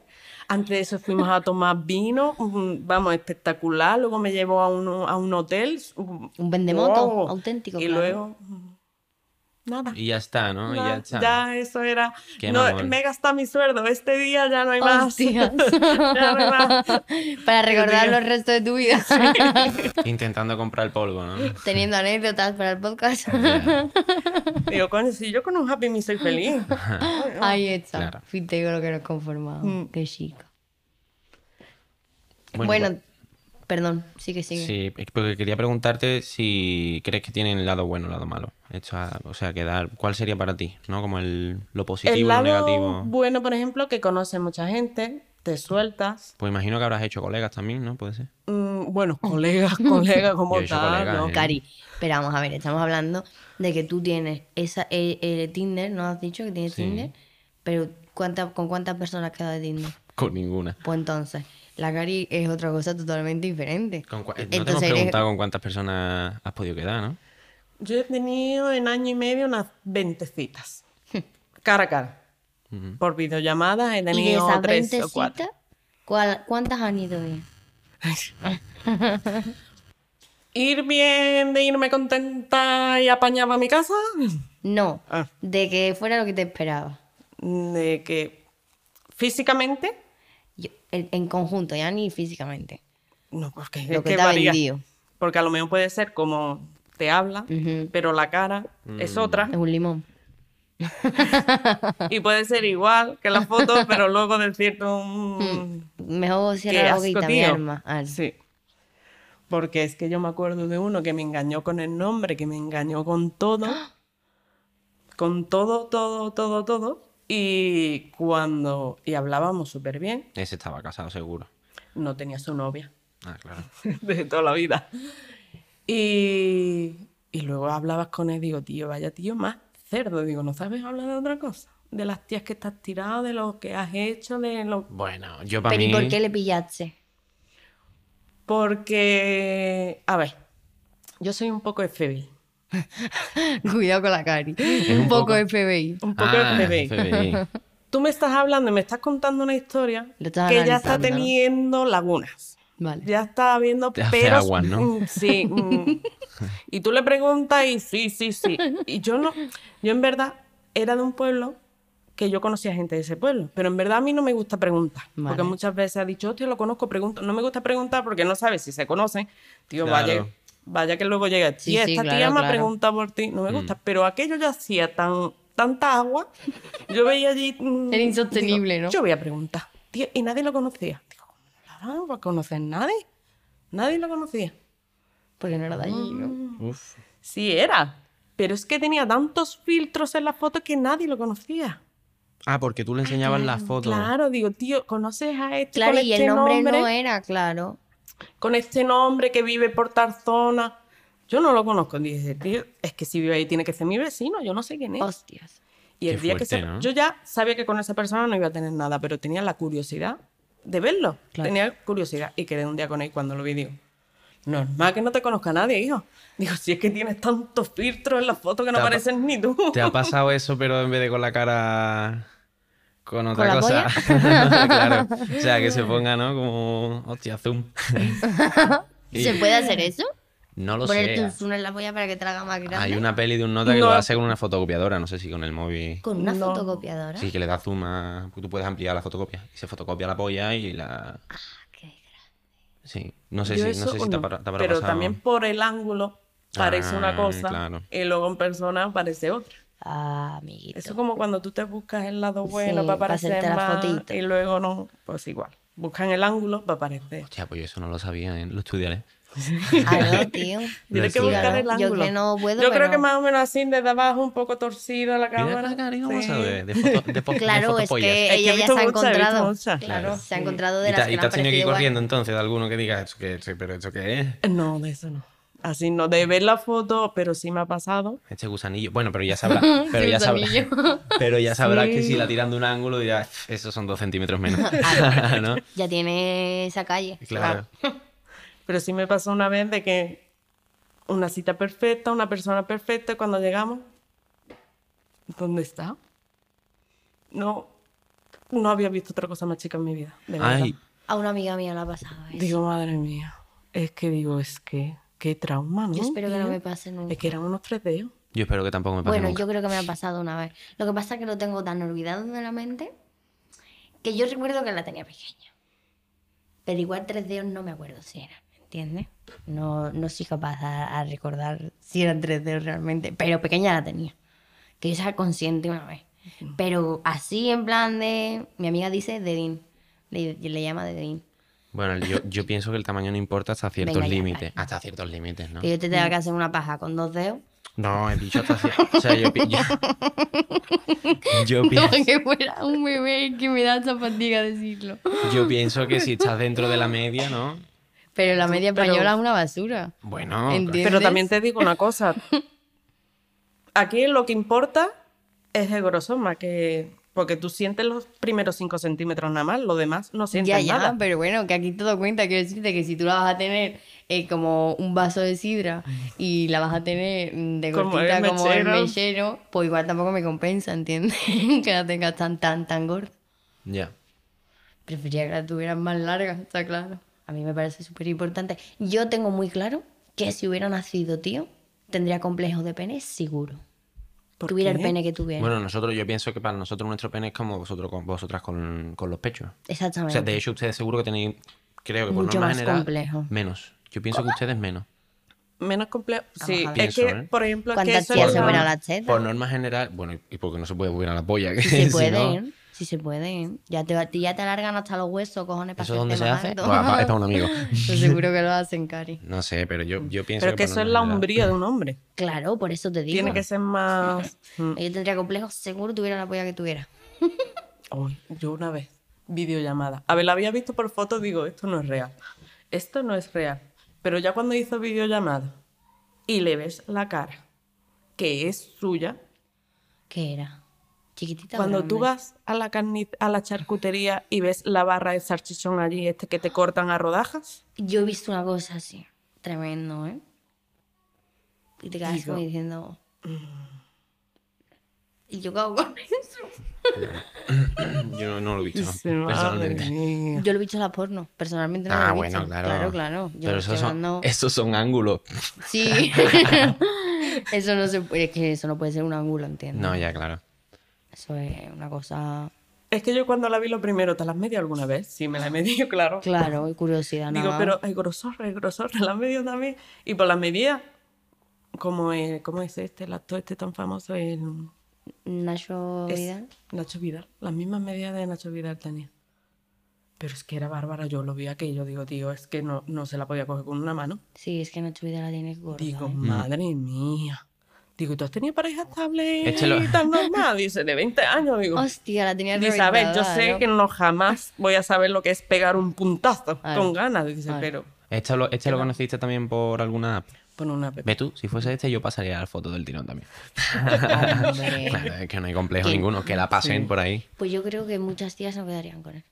Speaker 4: Antes de eso fuimos a tomar vino, mm, vamos, espectacular. Luego me llevó a un, a un hotel. Un
Speaker 2: Un vendemoto auténtico,
Speaker 4: Y
Speaker 2: claro.
Speaker 4: luego... mm, Nada.
Speaker 3: Y ya está, ¿no? Y ya
Speaker 4: nada,
Speaker 3: está.
Speaker 4: ya eso era.
Speaker 3: Qué
Speaker 4: no,
Speaker 3: mamón.
Speaker 4: me he gastado mi sueldo. Este día ya no hay más.
Speaker 2: Hostias.
Speaker 4: <laughs> Ya no hay más.
Speaker 2: Para recordar los restos de tu
Speaker 4: <laughs>
Speaker 2: vida.
Speaker 3: Intentando comprar el polvo,
Speaker 2: <laughs>
Speaker 3: ¿no?
Speaker 2: Teniendo anécdotas para el podcast.
Speaker 3: Ya,
Speaker 4: Digo, coño, si yo con un Happy Me soy feliz.
Speaker 2: Ahí está.
Speaker 3: Claro.
Speaker 2: Fíjate con lo que nos conformamos.
Speaker 4: Mm.
Speaker 2: Qué chico.
Speaker 3: Bueno,
Speaker 2: Bueno, perdón, sigue, sigue.
Speaker 3: pues, Sí, es porque quería preguntarte si crees que tienen lado bueno o lado malo. Esto, a- o sea, que dar, ¿cuál sería para ti? ¿No? Como el, lo positivo,
Speaker 4: El
Speaker 3: lo
Speaker 4: lado
Speaker 3: negativo.
Speaker 4: bueno, por ejemplo, que conoces mucha gente, te sueltas.
Speaker 3: Pues imagino que habrás hecho colegas también, ¿no? Puede ser.
Speaker 4: Mm, bueno, colegas, <laughs> colegas como
Speaker 3: Yo he hecho
Speaker 4: tal.
Speaker 3: colegas,
Speaker 4: ¿no?
Speaker 3: ¿eh?
Speaker 2: Cari, pero vamos a ver, estamos hablando de que tú tienes esa eh, eh, Tinder, ¿no has dicho que tienes
Speaker 3: Sí.
Speaker 2: Tinder? Pero ¿cuánta- ¿con cuántas personas queda de Tinder?
Speaker 3: Con ninguna.
Speaker 2: Pues entonces, la Cari es otra cosa totalmente diferente.
Speaker 3: Con cua- eh, no te hemos
Speaker 2: Entonces, eres-
Speaker 3: preguntado con cuántas personas has podido quedar, ¿no?
Speaker 4: Yo he tenido en año y medio unas 20 citas. Cara a cara. Por videollamadas he
Speaker 2: y de
Speaker 4: tenido
Speaker 2: esas
Speaker 4: 3
Speaker 2: 20
Speaker 4: o 4.
Speaker 2: citas, ¿cuál- ¿cuántas han ido bien?
Speaker 4: Ir bien, de irme contenta y apañaba a mi casa.
Speaker 2: No,
Speaker 4: Ah.
Speaker 2: de que fuera lo que te esperaba.
Speaker 4: De que físicamente,
Speaker 2: Yo- en, en conjunto, ya ni físicamente.
Speaker 4: no, porque
Speaker 2: Lo
Speaker 4: es
Speaker 2: que
Speaker 4: que
Speaker 2: te ha
Speaker 4: varía.
Speaker 2: vendido.
Speaker 4: Porque a lo mejor puede ser como te habla, pero la cara es otra.
Speaker 2: Es un limón.
Speaker 4: Y puede ser igual que la foto, pero luego "Mm,
Speaker 2: <laughs>
Speaker 4: decirte un...
Speaker 2: Mejor
Speaker 4: Qué
Speaker 2: cierra la
Speaker 4: asco,
Speaker 2: boquita, mi
Speaker 4: tío.
Speaker 2: alma. Ah,
Speaker 4: Sí. Porque es que yo me acuerdo de uno que me engañó con el nombre, que me engañó con todo. Con todo, todo, todo, todo. Y cuando. Y hablábamos súper bien.
Speaker 3: Ese estaba casado seguro.
Speaker 4: No tenía su novia <laughs>
Speaker 3: Ah, claro.
Speaker 4: de toda la vida. Y, y luego hablabas con él, digo, tío, vaya tío, más cerdo. Digo, ¿no sabes hablar de otra cosa? De las tías que estás tirado, de lo que has hecho, de lo
Speaker 3: Bueno, yo para
Speaker 2: Pero
Speaker 3: mí...
Speaker 2: ¿y por qué le
Speaker 4: <laughs>
Speaker 2: pillaste?
Speaker 4: Porque, a ver, yo soy un poco FBI.
Speaker 2: Cuidado con la cari.
Speaker 3: un
Speaker 2: Un poco
Speaker 3: poco.
Speaker 2: FBI.
Speaker 4: Un poco
Speaker 3: Ah,
Speaker 4: FBI. Tú me estás hablando y me estás contando una historia
Speaker 2: Lo
Speaker 4: que
Speaker 2: estás
Speaker 4: ya está
Speaker 2: analizando, ¿no?
Speaker 4: teniendo lagunas.
Speaker 2: Vale.
Speaker 4: Ya está habiendo
Speaker 3: Te hace
Speaker 4: peros.
Speaker 3: agua, ¿no?
Speaker 4: Mm,
Speaker 3: <laughs>
Speaker 4: Sí. mm. Y tú le preguntas y sí, sí, sí. Y yo no. Yo en verdad era de un pueblo que yo conocía gente de ese pueblo. Pero en verdad a mí no me gusta preguntar. Porque
Speaker 2: Vale.
Speaker 4: muchas veces ha dicho, hostia, lo conozco, pregunto. No me gusta preguntar porque no sabes si se conocen. Tío,
Speaker 3: Claro.
Speaker 4: vaya, vaya que luego llega.
Speaker 2: Sí,
Speaker 4: y esta
Speaker 2: sí,
Speaker 4: tía
Speaker 2: claro,
Speaker 4: me
Speaker 2: claro.
Speaker 4: ha preguntado por ti. No me gusta. Pero aquello ya hacía tan, tanta agua. Yo veía allí. mm,
Speaker 2: Era insostenible,
Speaker 4: digo,
Speaker 2: ¿no?
Speaker 4: Yo voy a preguntar. Tío, y nadie lo conocía. Digo, ¿cómo no lo va a conocer nadie? Nadie lo conocía.
Speaker 2: Porque no era de allí,
Speaker 4: Mm,
Speaker 2: ¿no?
Speaker 3: Uf.
Speaker 4: Sí, era. Pero es que tenía tantos filtros en la foto que nadie lo conocía.
Speaker 3: <laughs> Ah, porque tú le enseñabas las fotos.
Speaker 4: Claro, digo, tío, ¿conoces a este
Speaker 2: Claro,
Speaker 4: con
Speaker 2: y
Speaker 4: este
Speaker 2: el nombre, no
Speaker 4: nombre?
Speaker 2: era, claro.
Speaker 4: Con este nombre que vive por Tarzona. Yo no lo conozco. Dije, tío, es que si vive ahí tiene que ser mi vecino, yo no sé quién es.
Speaker 2: Hostias.
Speaker 4: Y el
Speaker 3: Qué
Speaker 4: día que
Speaker 3: fuerte,
Speaker 4: se-
Speaker 3: ¿no?
Speaker 4: yo ya sabía que con esa persona no iba a tener nada, pero tenía la curiosidad de verlo.
Speaker 2: Claro.
Speaker 4: Tenía curiosidad y quedé un día con él cuando lo vi digo, normal que no te conozca nadie, hijo. Digo, si es que tienes tantos filtros en las fotos que no
Speaker 3: Te ha pa-
Speaker 4: pareces ni tú.
Speaker 3: ¿Te ha pasado eso, pero en vez de con la cara... Con
Speaker 2: la
Speaker 3: otra cosa. <laughs> claro. O sea, que se ponga, ¿no? Como... Hostia, zoom. Y-
Speaker 2: ¿Se puede hacer eso?
Speaker 3: No lo
Speaker 2: Ponerte un
Speaker 3: sé.
Speaker 2: zoom en la polla para que te la haga más grande.
Speaker 3: Hay una peli de un nota que
Speaker 4: No.
Speaker 3: lo hace con una fotocopiadora. No sé si con el móvil...
Speaker 2: Con una
Speaker 4: No.
Speaker 2: fotocopiadora.
Speaker 3: Sí, que le da zoom a... pues Tú puedes ampliar la fotocopia. Y se fotocopia la polla y la...
Speaker 2: Ah, Qué
Speaker 3: Sí. No sé
Speaker 4: Yo
Speaker 3: si,
Speaker 4: eso
Speaker 3: no sé si te,
Speaker 4: no.
Speaker 3: ha para- te habrá
Speaker 4: Pero
Speaker 3: pasado.
Speaker 4: también por el ángulo parece
Speaker 3: Ah,
Speaker 4: una cosa
Speaker 3: claro.
Speaker 4: y luego en persona parece otra.
Speaker 2: Ah, amiguito.
Speaker 4: Eso es como cuando tú te buscas el lado bueno
Speaker 2: Sí,
Speaker 4: para
Speaker 2: pa'
Speaker 4: parecer
Speaker 2: hacerte la
Speaker 4: más
Speaker 2: fotito.
Speaker 4: y luego no, pues igual. Buscan el ángulo para
Speaker 2: <laughs>
Speaker 4: parecer.
Speaker 3: Hostia, pues yo eso no lo sabía, ¿eh? Lo estudiaré.
Speaker 2: Aló, Ah, tío.
Speaker 4: <laughs> Tiene
Speaker 3: Lo
Speaker 4: que buscar
Speaker 3: estudiaré.
Speaker 4: el
Speaker 2: Yo
Speaker 4: ángulo.
Speaker 2: que no puedo,
Speaker 4: Yo creo
Speaker 2: pero-
Speaker 4: que más o menos así, desde abajo, un poco torcido la
Speaker 3: Mira,
Speaker 4: cámara.
Speaker 3: cariño, vamos
Speaker 4: sí.
Speaker 3: a ver. De foto, de fo-
Speaker 2: <laughs>
Speaker 3: de
Speaker 2: Claro, es
Speaker 3: fotopollas.
Speaker 2: que
Speaker 4: Es que he
Speaker 2: ella ya
Speaker 4: visto
Speaker 2: se ha
Speaker 4: muchas, he visto
Speaker 2: encontrado.
Speaker 4: muchas. Claro,
Speaker 2: se ha
Speaker 4: sí.
Speaker 2: encontrado de
Speaker 3: Y
Speaker 2: las
Speaker 3: te,
Speaker 2: que
Speaker 3: y
Speaker 2: le
Speaker 3: te
Speaker 2: han
Speaker 3: has tenido que ir
Speaker 2: parecido guay.
Speaker 3: corriendo entonces de alguno que diga, ¿eso qué, sí, pero eso qué es?
Speaker 4: No, de eso no. Así no, de ver la foto, pero sí me ha pasado.
Speaker 3: Este gusanillo. Bueno,
Speaker 2: <laughs>
Speaker 3: pero ya sabrá. Pero ya sabrá. <laughs> Pero ya sabrá que si la tiran de un ángulo dirá, esos son dos centímetros
Speaker 2: <laughs>
Speaker 3: menos. <laughs> ¿No?
Speaker 2: Ya tiene esa calle.
Speaker 3: Claro.
Speaker 4: Pero sí me pasó una vez de que una cita perfecta, una persona perfecta, y cuando llegamos, ¿dónde está? No, no había visto otra cosa más chica en mi vida, de verdad.
Speaker 3: Ay,
Speaker 2: A una amiga mía la ha pasado eso.
Speaker 4: Digo, madre mía, es que digo, es que, qué trauma, ¿no?
Speaker 2: Yo espero que no
Speaker 4: tío?
Speaker 2: me pase nunca.
Speaker 4: Es que eran unos 3D.
Speaker 3: yo espero que tampoco me pase
Speaker 2: Bueno,
Speaker 3: nunca.
Speaker 2: yo creo que me ha pasado una vez. Lo que pasa es que lo tengo tan olvidado de la mente que yo recuerdo que la tenía pequeña. Pero igual tres dedos no me acuerdo si era, ¿entiendes? No, no soy capaz a, a recordar si eran tres dedos realmente, pero pequeña la tenía. Que yo sea consciente una vez. Pero así en plan de... Mi amiga dice Dedín. Le, le llama Dedín.
Speaker 3: Bueno, yo, yo pienso que el tamaño no importa hasta ciertos
Speaker 2: Venga, Eh. ya,
Speaker 3: límites. Hasta ciertos límites, ¿no?
Speaker 2: Que yo te tenga que hacer una paja con dos dedos.
Speaker 3: No, he dicho hasta ciertos. <laughs> O sea, yo, pi- yo, <laughs> yo
Speaker 5: Como
Speaker 3: pienso.
Speaker 5: que fuera un bebé que me da esa fatiga decirlo.
Speaker 3: Yo pienso que si estás dentro de la media, ¿no?
Speaker 5: Pero la media
Speaker 4: Pero-
Speaker 5: española es una basura.
Speaker 3: Bueno,
Speaker 2: <laughs>
Speaker 5: Entiendo.
Speaker 4: Pero
Speaker 5: ¿Entiendes?
Speaker 4: también te digo una cosa. <laughs> Aquí lo que importa es el grosor más que... Porque tú sientes los primeros 5 centímetros nada más, lo demás no sientes
Speaker 5: Ya, ya,
Speaker 4: nada.
Speaker 5: pero bueno, que aquí todo cuenta. Quiero decirte que si tú la vas a tener eh, como un vaso de sidra y la vas a tener mm, de
Speaker 4: Como
Speaker 5: gordita
Speaker 4: el
Speaker 5: como el
Speaker 4: mechero.
Speaker 5: mechero, pues igual tampoco me compensa, ¿entiendes? <laughs> que la tengas tan, tan, tan gorda.
Speaker 3: ya.
Speaker 5: Preferiría que la tuvieras más larga, está claro.
Speaker 2: A mí me parece súper importante. Yo tengo muy claro que si hubiera nacido tío, tendría complejo de pene seguro.
Speaker 4: ¿Por
Speaker 2: Tuviera el
Speaker 4: qué?
Speaker 2: pene que tuviera.
Speaker 3: Bueno, nosotros, yo pienso que para nosotros nuestro pene es como vosotros con, vosotras con, con los pechos. O
Speaker 2: Exactamente.
Speaker 3: sea, de hecho, ustedes seguro que tenéis, creo que por
Speaker 2: Mucho
Speaker 3: norma
Speaker 2: más
Speaker 3: general,
Speaker 2: complejo.
Speaker 3: menos. Yo pienso que ustedes menos.
Speaker 4: Menos complejo.
Speaker 2: Ah,
Speaker 4: Sí,
Speaker 3: ver.
Speaker 4: es
Speaker 3: Pienso,
Speaker 4: que,
Speaker 3: ¿eh?
Speaker 4: por ejemplo, es que
Speaker 2: ¿Cuántas
Speaker 4: eso
Speaker 2: tías
Speaker 4: lo
Speaker 2: se
Speaker 4: saben-
Speaker 2: operan la teta?
Speaker 3: <laughs> Por norma general, bueno, y porque no se puede poner a la polla. que
Speaker 2: se
Speaker 3: si no-
Speaker 2: pueden. Si se puede. Ya te, ya te alargan hasta los huesos, cojones, para
Speaker 3: ¿Eso dónde se
Speaker 2: hacerte
Speaker 3: hace?
Speaker 2: mamando. <laughs>
Speaker 3: Buah, pa- es para un amigo.
Speaker 5: Yo seguro que lo hacen, Cari.
Speaker 3: No sé, pero yo, yo pienso
Speaker 4: Pero que
Speaker 3: para
Speaker 4: eso es
Speaker 3: una
Speaker 4: la
Speaker 3: enfermedad-
Speaker 4: hombría de
Speaker 2: <laughs>
Speaker 4: un hombre.
Speaker 2: Claro, por eso te digo.
Speaker 4: Tiene que ser más. Mm.
Speaker 2: Yo tendría complejos, seguro tuviera la polla que tuviera.
Speaker 4: Uy, yo una vez, videollamada. A ver, la había visto por fotos, digo, esto no es real. Esto no es real. Pero ya cuando hizo videollamada y le ves la cara, que es suya,
Speaker 2: ¿Qué era? Chiquitita. o
Speaker 4: cuando
Speaker 2: grande?
Speaker 4: tú vas a la, carni- a la charcutería y ves la barra de salchichón allí, este que te cortan a rodajas,
Speaker 2: Yo he visto una cosa así. Tremendo, ¿eh? Y Mm. te quedas como diciendo. ¿Y yo qué hago con eso?
Speaker 3: Yo no, no lo he visto,
Speaker 4: dices,
Speaker 3: no,
Speaker 4: madre
Speaker 3: personalmente.
Speaker 4: mía.
Speaker 2: Yo lo he visto en las porno. Personalmente no
Speaker 3: ah,
Speaker 2: lo he
Speaker 3: bueno,
Speaker 2: visto.
Speaker 3: claro.
Speaker 2: Claro, claro. Yo
Speaker 3: pero
Speaker 2: estoy
Speaker 3: esos son,
Speaker 2: hablando-
Speaker 3: esos son ángulos. <laughs>
Speaker 2: Sí. <laughs> eso no se puede. Es que eso no puede ser un ángulo, ¿entiendes?
Speaker 3: No, ya, claro.
Speaker 2: Eso es una cosa.
Speaker 4: Es que yo cuando la vi lo primero, ¿te la has medido alguna vez? Sí, me la he medido, <laughs> claro.
Speaker 2: Claro, y curiosidad,
Speaker 4: Digo,
Speaker 2: nada.
Speaker 4: pero el grosor, el grosor, la han medido también. Y por las medidas, como el- ¿cómo es este, el actor este tan famoso, el,
Speaker 2: Nacho
Speaker 4: es
Speaker 2: Vidal.
Speaker 4: Nacho Vidal. Las mismas medidas de Nacho Vidal tenía. Pero es que era bárbara, yo lo vi aquello, digo, tío, es que no, no se la podía coger con una mano.
Speaker 2: Sí, es que Nacho Vidal la tiene gorda.
Speaker 4: Digo,
Speaker 2: ¿eh?
Speaker 4: madre mía. Digo, ¿tú has tenido pareja estable
Speaker 3: Échelo.
Speaker 4: y tan normal? Dice, de 20 años, digo.
Speaker 2: Hostia, la tenía
Speaker 4: Dice, a ver, yo
Speaker 2: reventada,
Speaker 4: sé
Speaker 2: ¿no? <laughs>
Speaker 3: <laughs>
Speaker 4: que no jamás voy a saber lo que es pegar un puntazo
Speaker 2: Ay.
Speaker 4: con ganas. Dice, pero
Speaker 3: Este lo, este lo conociste también por alguna app.
Speaker 4: pon una pepa.
Speaker 3: Ve tú, si fuese este, yo pasaría la foto del tirón también. Ah,
Speaker 4: Eh.
Speaker 2: Hombre.
Speaker 3: Claro, es que no hay complejo ninguno, que la pasen por ahí.
Speaker 2: Pues yo creo que muchas tías no quedarían con él.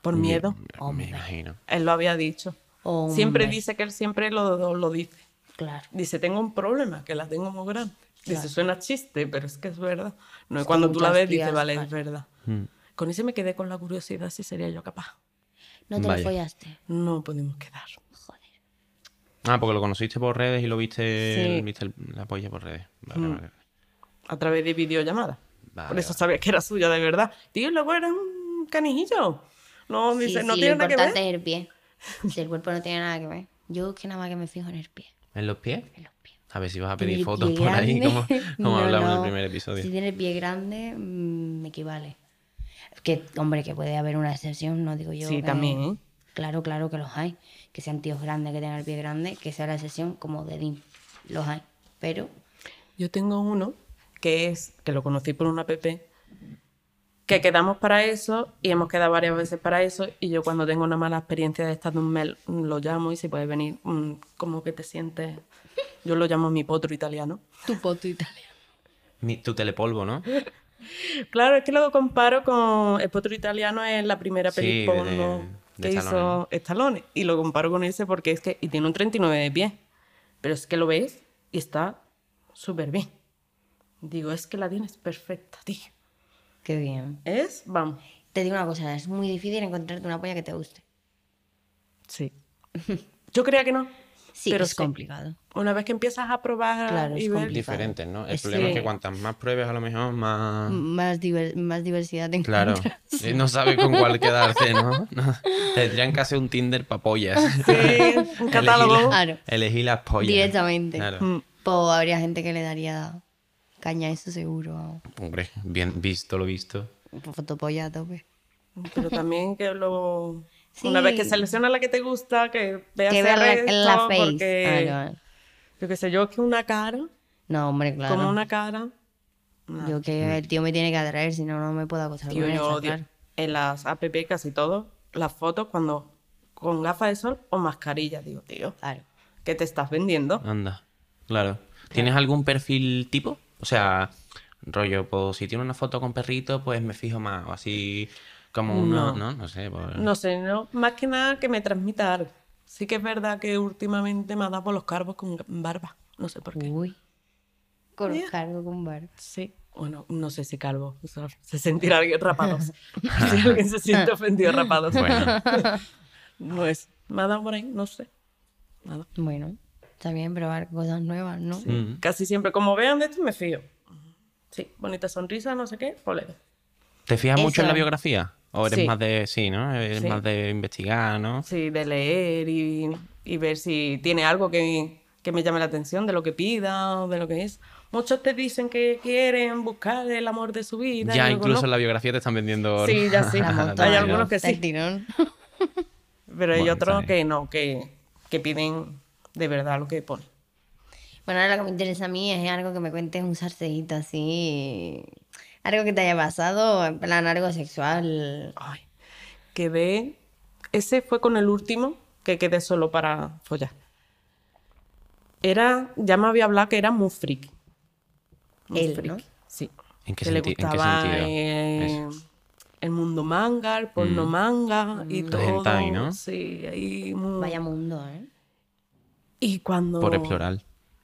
Speaker 4: Por miedo.
Speaker 3: Me imagino.
Speaker 4: Él lo había dicho.
Speaker 2: Hombre.
Speaker 4: Siempre dice que él siempre lo, lo dice.
Speaker 2: Claro.
Speaker 4: Dice, tengo un problema, que la tengo muy grande. Dice, suena chiste, pero es que es verdad. No, y cuando tú la
Speaker 2: muchas
Speaker 4: ves, dice,
Speaker 2: tías,
Speaker 4: vale,
Speaker 2: vale.
Speaker 4: es verdad. Con ese me quedé con la curiosidad si sería yo capaz.
Speaker 2: No te
Speaker 3: Vaya.
Speaker 2: lo follaste.
Speaker 4: No pudimos quedar.
Speaker 3: Ah, porque lo conociste por redes y lo viste,
Speaker 4: Sí. Mm.
Speaker 3: viste el- la polla por redes. Vale, vale.
Speaker 4: A través de videollamada.
Speaker 3: Vale,
Speaker 4: Por eso
Speaker 3: vale.
Speaker 4: sabía que era suya de verdad. Tío, y luego era un canijillo. No,
Speaker 2: Sí,
Speaker 4: dice, no
Speaker 2: sí,
Speaker 4: tiene
Speaker 2: lo
Speaker 4: nada que
Speaker 2: importante
Speaker 4: ver.
Speaker 2: es el pie. Si el cuerpo no tiene nada que ver. Yo que nada más que me fijo en el pie.
Speaker 3: ¿En los pies?
Speaker 2: En los pies.
Speaker 3: A ver si vas a
Speaker 2: Tiene
Speaker 3: pedir
Speaker 2: el
Speaker 3: fotos
Speaker 2: pie
Speaker 3: por
Speaker 2: <laughs>
Speaker 3: ahí, como,
Speaker 2: grande.
Speaker 3: como
Speaker 2: No,
Speaker 3: hablamos en
Speaker 2: no.
Speaker 3: el primer episodio.
Speaker 2: Si tiene el pie grande, mm, me equivale. Que, hombre, que puede haber una excepción, no digo yo.
Speaker 4: Sí,
Speaker 2: que-
Speaker 4: también, ¿eh?
Speaker 2: Claro, claro que los hay. Que sean tíos grandes, que tengan el pie grande, que sea la excepción como de Dean. Los hay. Pero
Speaker 4: Yo tengo uno que es, que lo conocí por una app, que quedamos para eso y hemos quedado varias veces para eso y yo cuando tengo una mala experiencia de estar de un mes mm, lo llamo y si puedes venir, mm, como que te sientes... Yo lo llamo mi potro italiano.
Speaker 5: Tu poto italiano.
Speaker 3: Mi- tu telepolvo, ¿no?
Speaker 4: Claro, es que lo comparo con... El potro italiano es la primera
Speaker 3: Sí,
Speaker 4: película
Speaker 3: de- de
Speaker 4: que
Speaker 3: Stallone,
Speaker 4: hizo
Speaker 3: ¿no?
Speaker 4: Stallone y lo comparo con ese porque es que... Y tiene un 39 de pie, pero es que lo ves y está súper bien. Digo, es que la tienes perfecta, tío.
Speaker 2: qué bien.
Speaker 4: Es, vamos.
Speaker 2: Te digo una cosa, es muy difícil encontrarte una polla que te guste.
Speaker 4: Sí. <laughs> Yo creía que no.
Speaker 2: Sí,
Speaker 4: pero
Speaker 2: es complicado.
Speaker 4: Una vez que empiezas a probar
Speaker 2: Claro,
Speaker 4: y
Speaker 2: es
Speaker 4: ver-
Speaker 2: complicado.
Speaker 3: Diferentes, ¿no? El
Speaker 2: Es- Mm.
Speaker 3: problema es que
Speaker 2: sí.
Speaker 3: cuantas más pruebes, a lo mejor más...
Speaker 2: Más, diver- más diversidad te
Speaker 3: Ah.
Speaker 2: <laughs>
Speaker 3: Claro.
Speaker 2: encuentras.
Speaker 3: Eh, No sabe con cuál quedarse, ¿no? No. Tendrían que hacer un Tinder para pollas.
Speaker 4: <laughs> Sí,
Speaker 3: <laughs>
Speaker 4: un catálogo.
Speaker 5: Claro.
Speaker 3: Elegí las pollas.
Speaker 5: Directamente.
Speaker 3: Claro.
Speaker 5: Pues habría gente que le daría caña, eso seguro.
Speaker 3: Hombre, bien visto lo visto.
Speaker 5: Fotopolla a tope.
Speaker 4: Pero también que lo...
Speaker 5: Sí.
Speaker 4: Una vez que seleccionas la que te gusta, que veas
Speaker 5: Que
Speaker 4: el
Speaker 5: vea la-
Speaker 4: resto,
Speaker 5: la face.
Speaker 4: porque...
Speaker 5: Ah, no.
Speaker 4: Yo qué sé, yo que una cara,
Speaker 5: No, hombre, claro.
Speaker 4: como una cara...
Speaker 5: Yo que el tío me tiene que atraer, si no, no me puedo acostar
Speaker 4: Tío,
Speaker 5: con él,
Speaker 4: yo odio
Speaker 5: claro.
Speaker 4: en las app casi todo, las fotos cuando con gafas de sol o mascarilla. Digo, tío,
Speaker 5: Claro.
Speaker 4: ¿qué te estás vendiendo?
Speaker 3: Anda. Claro. ¿Tienes algún perfil tipo? O sea, rollo, pues si tiene una foto con perrito, pues me fijo más. O así como uno, no, no, sé. pues-
Speaker 4: No sé, no, más que nada que me transmita algo. Sí que es verdad que últimamente me ha dado por los cargos con barba. No sé por qué.
Speaker 5: Uy. Con un cargo, con barba.
Speaker 4: Sí. Bueno, no sé si calvo. o sea,
Speaker 5: <laughs>
Speaker 4: se sentirá alguien rapados. si alguien se siente ofendido rapados.
Speaker 3: Bueno,
Speaker 4: Pues me ha dado por ahí, no sé. Nada.
Speaker 5: Bueno, está bien probar cosas nuevas, ¿no?
Speaker 4: Casi siempre, como vean de esto, me fío. Sí, bonita sonrisa, no sé qué, polero.
Speaker 3: ¿te fijas mucho en la
Speaker 5: Eso.
Speaker 3: biografía? ¿O eres
Speaker 4: Sí.
Speaker 3: más de, sí, ¿no? Eres más de investigar, ¿no?
Speaker 4: Sí, de leer y, y ver si tiene algo que, que me llame la atención, de lo que pida, o de lo que es. Muchos te dicen que quieren buscar el amor de su vida.
Speaker 3: Ya
Speaker 4: y luego
Speaker 3: incluso
Speaker 4: no.
Speaker 3: en la biografía te están vendiendo.
Speaker 4: Sí, ya
Speaker 3: <laughs>
Speaker 4: sí. Hay
Speaker 3: Navidad.
Speaker 4: algunos que sí,
Speaker 2: Del tirón.
Speaker 4: pero hay
Speaker 3: Bueno,
Speaker 4: otros
Speaker 3: está bien.
Speaker 4: que no, que, que piden de verdad lo que ponen.
Speaker 2: Bueno, ahora lo que me interesa a mí es algo que me cuentes un sarseíto así. Algo que te haya pasado, en plan algo sexual.
Speaker 4: Ay, que ve. Ese fue con el último que quedé solo para follar. Era, ya me había hablado que era muy friki. Muy
Speaker 2: Él,
Speaker 4: friki,
Speaker 2: ¿no?
Speaker 4: Sí.
Speaker 3: ¿En qué,
Speaker 4: que le
Speaker 3: senti- en qué
Speaker 4: gustaba
Speaker 3: sentido?
Speaker 4: eh,
Speaker 3: Eso.
Speaker 4: el mundo manga, el porno
Speaker 3: Mm.
Speaker 4: manga y
Speaker 3: El
Speaker 4: todo.
Speaker 3: hentai, ¿no?
Speaker 4: Sí, ahí muy...
Speaker 2: Vaya mundo, ¿eh?
Speaker 4: Y cuando...
Speaker 3: Por explorar.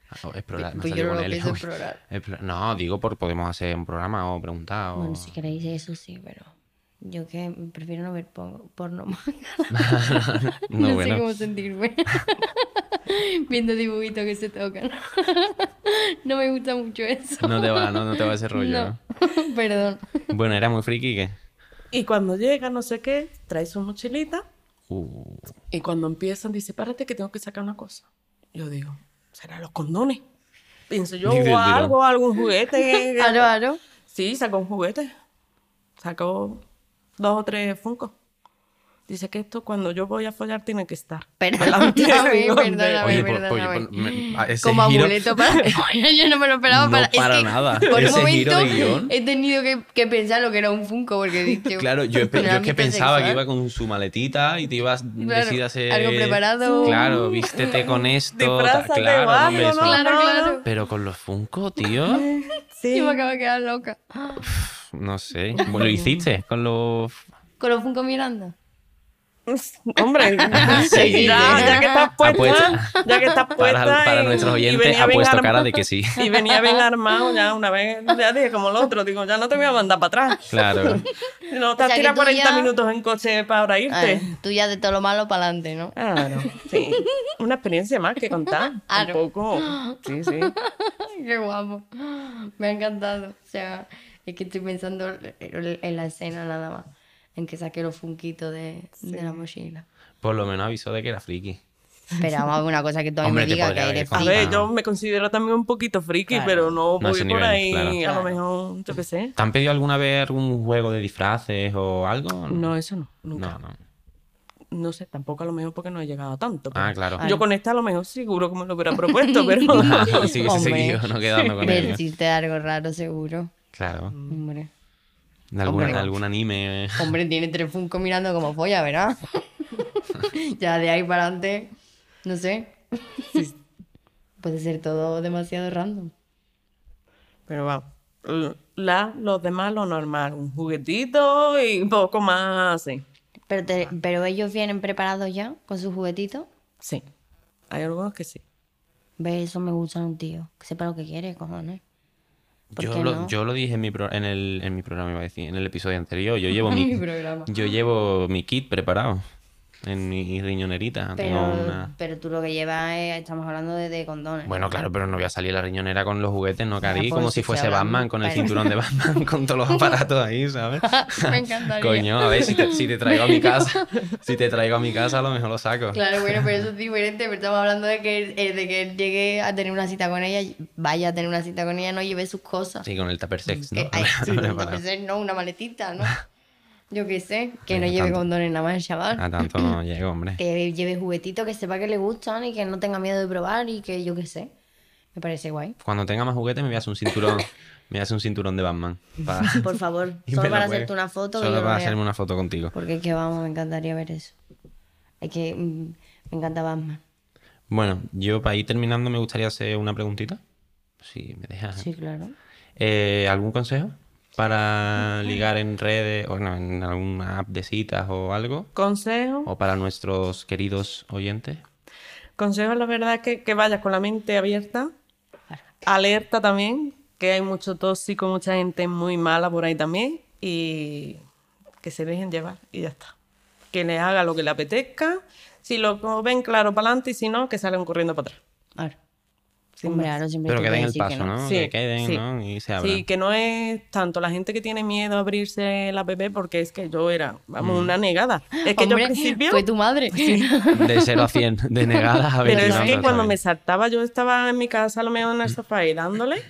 Speaker 3: Ah, o explorar, me
Speaker 2: Pues
Speaker 3: salió
Speaker 2: yo no
Speaker 3: con
Speaker 2: lo
Speaker 3: L,
Speaker 2: pienso
Speaker 3: uy.
Speaker 2: explorar.
Speaker 3: Explo- No, digo por podemos hacer un programa o preguntar o...
Speaker 4: <laughs> Oh.
Speaker 2: Bueno, si queréis eso sí, pero yo que prefiero no ver por porno más.
Speaker 3: <laughs> no,
Speaker 2: no sé
Speaker 3: bueno.
Speaker 2: cómo sentirme. <laughs> Viendo dibujitos que se tocan. <laughs> no me gusta mucho eso.
Speaker 3: No te va, no, no te va ese rollo. ¿eh?
Speaker 2: No. <laughs> Perdón.
Speaker 3: ¿no? Bueno, era muy friki que...
Speaker 4: Y cuando llega, no sé qué, trae su mochilita
Speaker 3: Uh,
Speaker 4: Y cuando empiezan, dice, párate que tengo que sacar una cosa. Yo digo, ¿será los condones?
Speaker 3: <laughs>
Speaker 4: Pienso yo,
Speaker 3: Ni del
Speaker 4: o
Speaker 3: tirón.
Speaker 4: algo, algún
Speaker 3: <laughs>
Speaker 4: juguete.
Speaker 2: Aro, aro.
Speaker 4: sí, sacó un juguete. Sacó dos o tres funcos. Dice que esto cuando yo voy a follar tiene que estar.
Speaker 2: Perdóname,
Speaker 4: Delante, ¿dónde?
Speaker 2: perdóname,
Speaker 3: oye, por- oye, pues,
Speaker 2: perdóname.
Speaker 3: por- me- a ese
Speaker 2: Como
Speaker 3: giro-
Speaker 2: amuleto
Speaker 3: <laughs>
Speaker 2: para... Oye, yo no me lo esperaba
Speaker 3: No,
Speaker 2: para... es
Speaker 3: para
Speaker 2: que
Speaker 3: nada.
Speaker 2: Por un
Speaker 3: Ese giro
Speaker 2: momento
Speaker 3: de guión.
Speaker 2: he tenido que, que pensar lo que era un Funko porque he dicho... <laughs>
Speaker 3: Claro,
Speaker 4: <laughs>
Speaker 3: yo, espe- yo es que
Speaker 2: realmente
Speaker 3: pensaba que
Speaker 2: sexual.
Speaker 3: iba con su maletita y te ibas
Speaker 2: Claro,
Speaker 3: decida hacer...
Speaker 2: algo preparado.
Speaker 3: Claro, vístete
Speaker 4: <laughs>
Speaker 3: con esto. ta-
Speaker 4: Disfrázate
Speaker 3: Tota, claro,
Speaker 4: o
Speaker 3: no
Speaker 4: algo,
Speaker 3: me
Speaker 4: ¿no?
Speaker 3: suena.
Speaker 2: Claro,
Speaker 4: No,
Speaker 2: claro.
Speaker 3: Pero con los Funko, tío,
Speaker 2: <laughs>
Speaker 4: Sí.
Speaker 2: Yo me acabo de quedar loca.
Speaker 3: no sé. Bueno, lo hiciste
Speaker 2: <laughs>
Speaker 3: con los...
Speaker 2: Con los Funko Miranda.
Speaker 4: Pues, Hombre,
Speaker 3: <laughs> Sí.
Speaker 4: ya, ya que estás puesta,
Speaker 3: Apuesta.
Speaker 4: ya que estás puesta.
Speaker 3: Para, para
Speaker 4: y-
Speaker 3: nuestros
Speaker 4: y
Speaker 3: oyentes
Speaker 4: venía
Speaker 3: ha
Speaker 4: bien
Speaker 3: puesto cara
Speaker 4: armado.
Speaker 3: de que sí.
Speaker 4: Y venía bien armado ya una vez, ya dije como el otro, digo, ya no te voy a mandar para atrás.
Speaker 3: Claro.
Speaker 4: <laughs> No, te has
Speaker 2: sea, que
Speaker 4: tirado
Speaker 2: tú
Speaker 4: 40
Speaker 2: ya-
Speaker 4: minutos en coche para ahora irte.
Speaker 2: Ah, tú ya de todo lo malo para adelante, ¿no?
Speaker 4: Claro,
Speaker 2: <laughs>
Speaker 4: sí. Una experiencia más que contar.
Speaker 2: Claro. <gasps>
Speaker 4: Un poco. Sí, sí.
Speaker 2: Qué guapo. Me ha encantado. O sea, es que estoy pensando en- en la escena nada más. En que saqué los funquitos de, de la mochila.
Speaker 3: Por lo menos avisó de que era friki.
Speaker 2: Pero vamos a ver una cosa que tú a mí
Speaker 3: Hombre,
Speaker 2: me
Speaker 3: te
Speaker 2: digas que
Speaker 3: podría haber
Speaker 2: eres
Speaker 3: contado.
Speaker 4: A
Speaker 2: friki.
Speaker 4: ver,
Speaker 3: Ah.
Speaker 4: yo me considero también un poquito friki, pero no
Speaker 3: No a
Speaker 4: voy
Speaker 3: ese
Speaker 4: por
Speaker 3: nivel,
Speaker 4: ahí.
Speaker 3: claro.
Speaker 4: A lo mejor, yo qué sé.
Speaker 3: ¿Te han pedido alguna vez algún juego de disfraces o algo?
Speaker 4: No, eso no, nunca.
Speaker 3: No, <laughs> no.
Speaker 4: No sé, tampoco a lo mejor porque no he llegado a tanto.
Speaker 3: Ah,
Speaker 4: pero
Speaker 3: claro.
Speaker 4: Yo con esta a lo mejor seguro que me lo
Speaker 2: <laughs>
Speaker 4: hubiera
Speaker 3: <laughs>
Speaker 4: propuesto, pero. <laughs>
Speaker 3: Ah, si hubiese
Speaker 2: Hombre.
Speaker 3: seguido no quedando con
Speaker 2: Me
Speaker 3: él.
Speaker 2: hiciste algo raro, seguro.
Speaker 3: Claro.
Speaker 2: Hombre.
Speaker 3: De, alguna- de algún anime. eh.
Speaker 2: Hombre, tiene tres Funko mirando como folla, ¿verdad? <laughs> ya de ahí para adelante, no sé. Puede ser todo demasiado random.
Speaker 4: Pero vamos. La, los demás, lo normal. Un juguetito y poco más así.
Speaker 2: Pero, te- pero ellos vienen preparados ya con sus juguetitos.
Speaker 4: Sí. Hay algunos que sí.
Speaker 2: Ve, eso me gusta de un tío. Que sepa lo que quiere, cojones. ¿Por
Speaker 3: Yo
Speaker 2: qué
Speaker 3: lo,
Speaker 2: no?
Speaker 3: yo lo dije en mi, pro- en, el, en mi programa, iba a decir, en el episodio anterior. Yo llevo
Speaker 2: <laughs>
Speaker 3: mi,
Speaker 2: Mi programa.
Speaker 3: yo llevo mi kit preparado en mi riñonerita.
Speaker 2: Pero,
Speaker 3: Tengo una...
Speaker 2: pero tú lo que llevas es, estamos hablando de, de condones.
Speaker 3: Bueno, claro, pero no voy a salir a la riñonera con los juguetes, ¿no,
Speaker 2: Ya,
Speaker 3: Cari?
Speaker 2: pues,
Speaker 3: Como
Speaker 2: si
Speaker 3: si fuese
Speaker 2: hablamos,
Speaker 3: Batman, con el
Speaker 2: pero-
Speaker 3: cinturón de Batman, <laughs> con todos los aparatos
Speaker 2: <laughs>
Speaker 3: ahí, ¿sabes?
Speaker 2: <laughs> Me encantaría.
Speaker 3: Coño, a ver, si te, si te traigo a mi
Speaker 2: <laughs>
Speaker 3: casa, si te traigo a mi casa, a lo mejor lo saco.
Speaker 2: Claro, bueno, pero eso es diferente, pero estamos hablando de que, eh, de que él llegue a tener una cita con ella, vaya a tener una cita con ella, no lleve sus cosas.
Speaker 3: Sí, con el tupper sex, <laughs> ¿no?
Speaker 2: Que- <laughs> ay, sí,
Speaker 3: Vale,
Speaker 2: no,
Speaker 3: vale.
Speaker 2: pensé, no, una maletita,
Speaker 3: <laughs>
Speaker 2: ¿no? Yo qué sé, que no
Speaker 3: Venga,
Speaker 2: lleve
Speaker 3: tanto. Ah,
Speaker 2: condones nada más el chaval.
Speaker 3: A tanto
Speaker 2: <laughs>
Speaker 3: no llego, hombre.
Speaker 2: Que lleve juguetitos que sepa que le gustan y que no tenga miedo de probar y que yo qué sé. Me parece guay.
Speaker 3: Cuando tenga más juguetes me voy a hacer un cinturón. Me voy a hacer un cinturón de
Speaker 2: <laughs>
Speaker 3: Batman. pa-
Speaker 2: Por favor,
Speaker 3: <laughs> y me
Speaker 2: solo
Speaker 3: lo
Speaker 2: para
Speaker 3: cuelgo.
Speaker 2: hacerte una foto. que
Speaker 3: Solo
Speaker 2: yo lo
Speaker 3: para
Speaker 2: vea.
Speaker 3: hacerme una foto contigo.
Speaker 2: Porque es que vamos, me encantaría ver eso. Es que mm, me encanta Batman.
Speaker 3: Bueno, yo para ir terminando me gustaría hacer una preguntita. Si me dejas.
Speaker 2: Sí, claro.
Speaker 3: Eh, ¿Algún consejo para ligar en redes, o no, en alguna app de citas o algo?
Speaker 4: Consejo.
Speaker 3: ¿O para nuestros queridos oyentes?
Speaker 4: Consejo, la verdad, es que, que vayas con la mente abierta, alerta también, que hay mucho tóxico, mucha gente muy mala por ahí también, y que se dejen llevar y ya está. Que les haga lo que le apetezca, si lo ven claro para adelante y si no, que salgan corriendo para atrás.
Speaker 2: Ahora.
Speaker 4: sin
Speaker 2: Hombre,
Speaker 4: más.
Speaker 2: ahora siempre
Speaker 3: Pero
Speaker 2: te
Speaker 3: que den
Speaker 2: pueden
Speaker 3: el
Speaker 2: decir que
Speaker 3: paso,
Speaker 2: no.
Speaker 3: ¿no?
Speaker 4: Sí,
Speaker 3: que queden,
Speaker 4: sí.
Speaker 3: ¿no? Y se abran.
Speaker 4: <laughs> Sí, que no es tanto la gente que tiene miedo a abrirse la app porque es que yo era, vamos, una negada. Es que yo
Speaker 2: Hombre, pues
Speaker 4: al principio...
Speaker 2: fue tu
Speaker 4: <laughs>
Speaker 2: madre.
Speaker 3: De 0 a 100, de negadas a
Speaker 4: Pero es
Speaker 3: 29,
Speaker 4: que cuando me
Speaker 3: ¿sabes?
Speaker 4: saltaba, yo estaba en mi casa, a lo mejor en
Speaker 3: Mm.
Speaker 4: el sofá y dándole.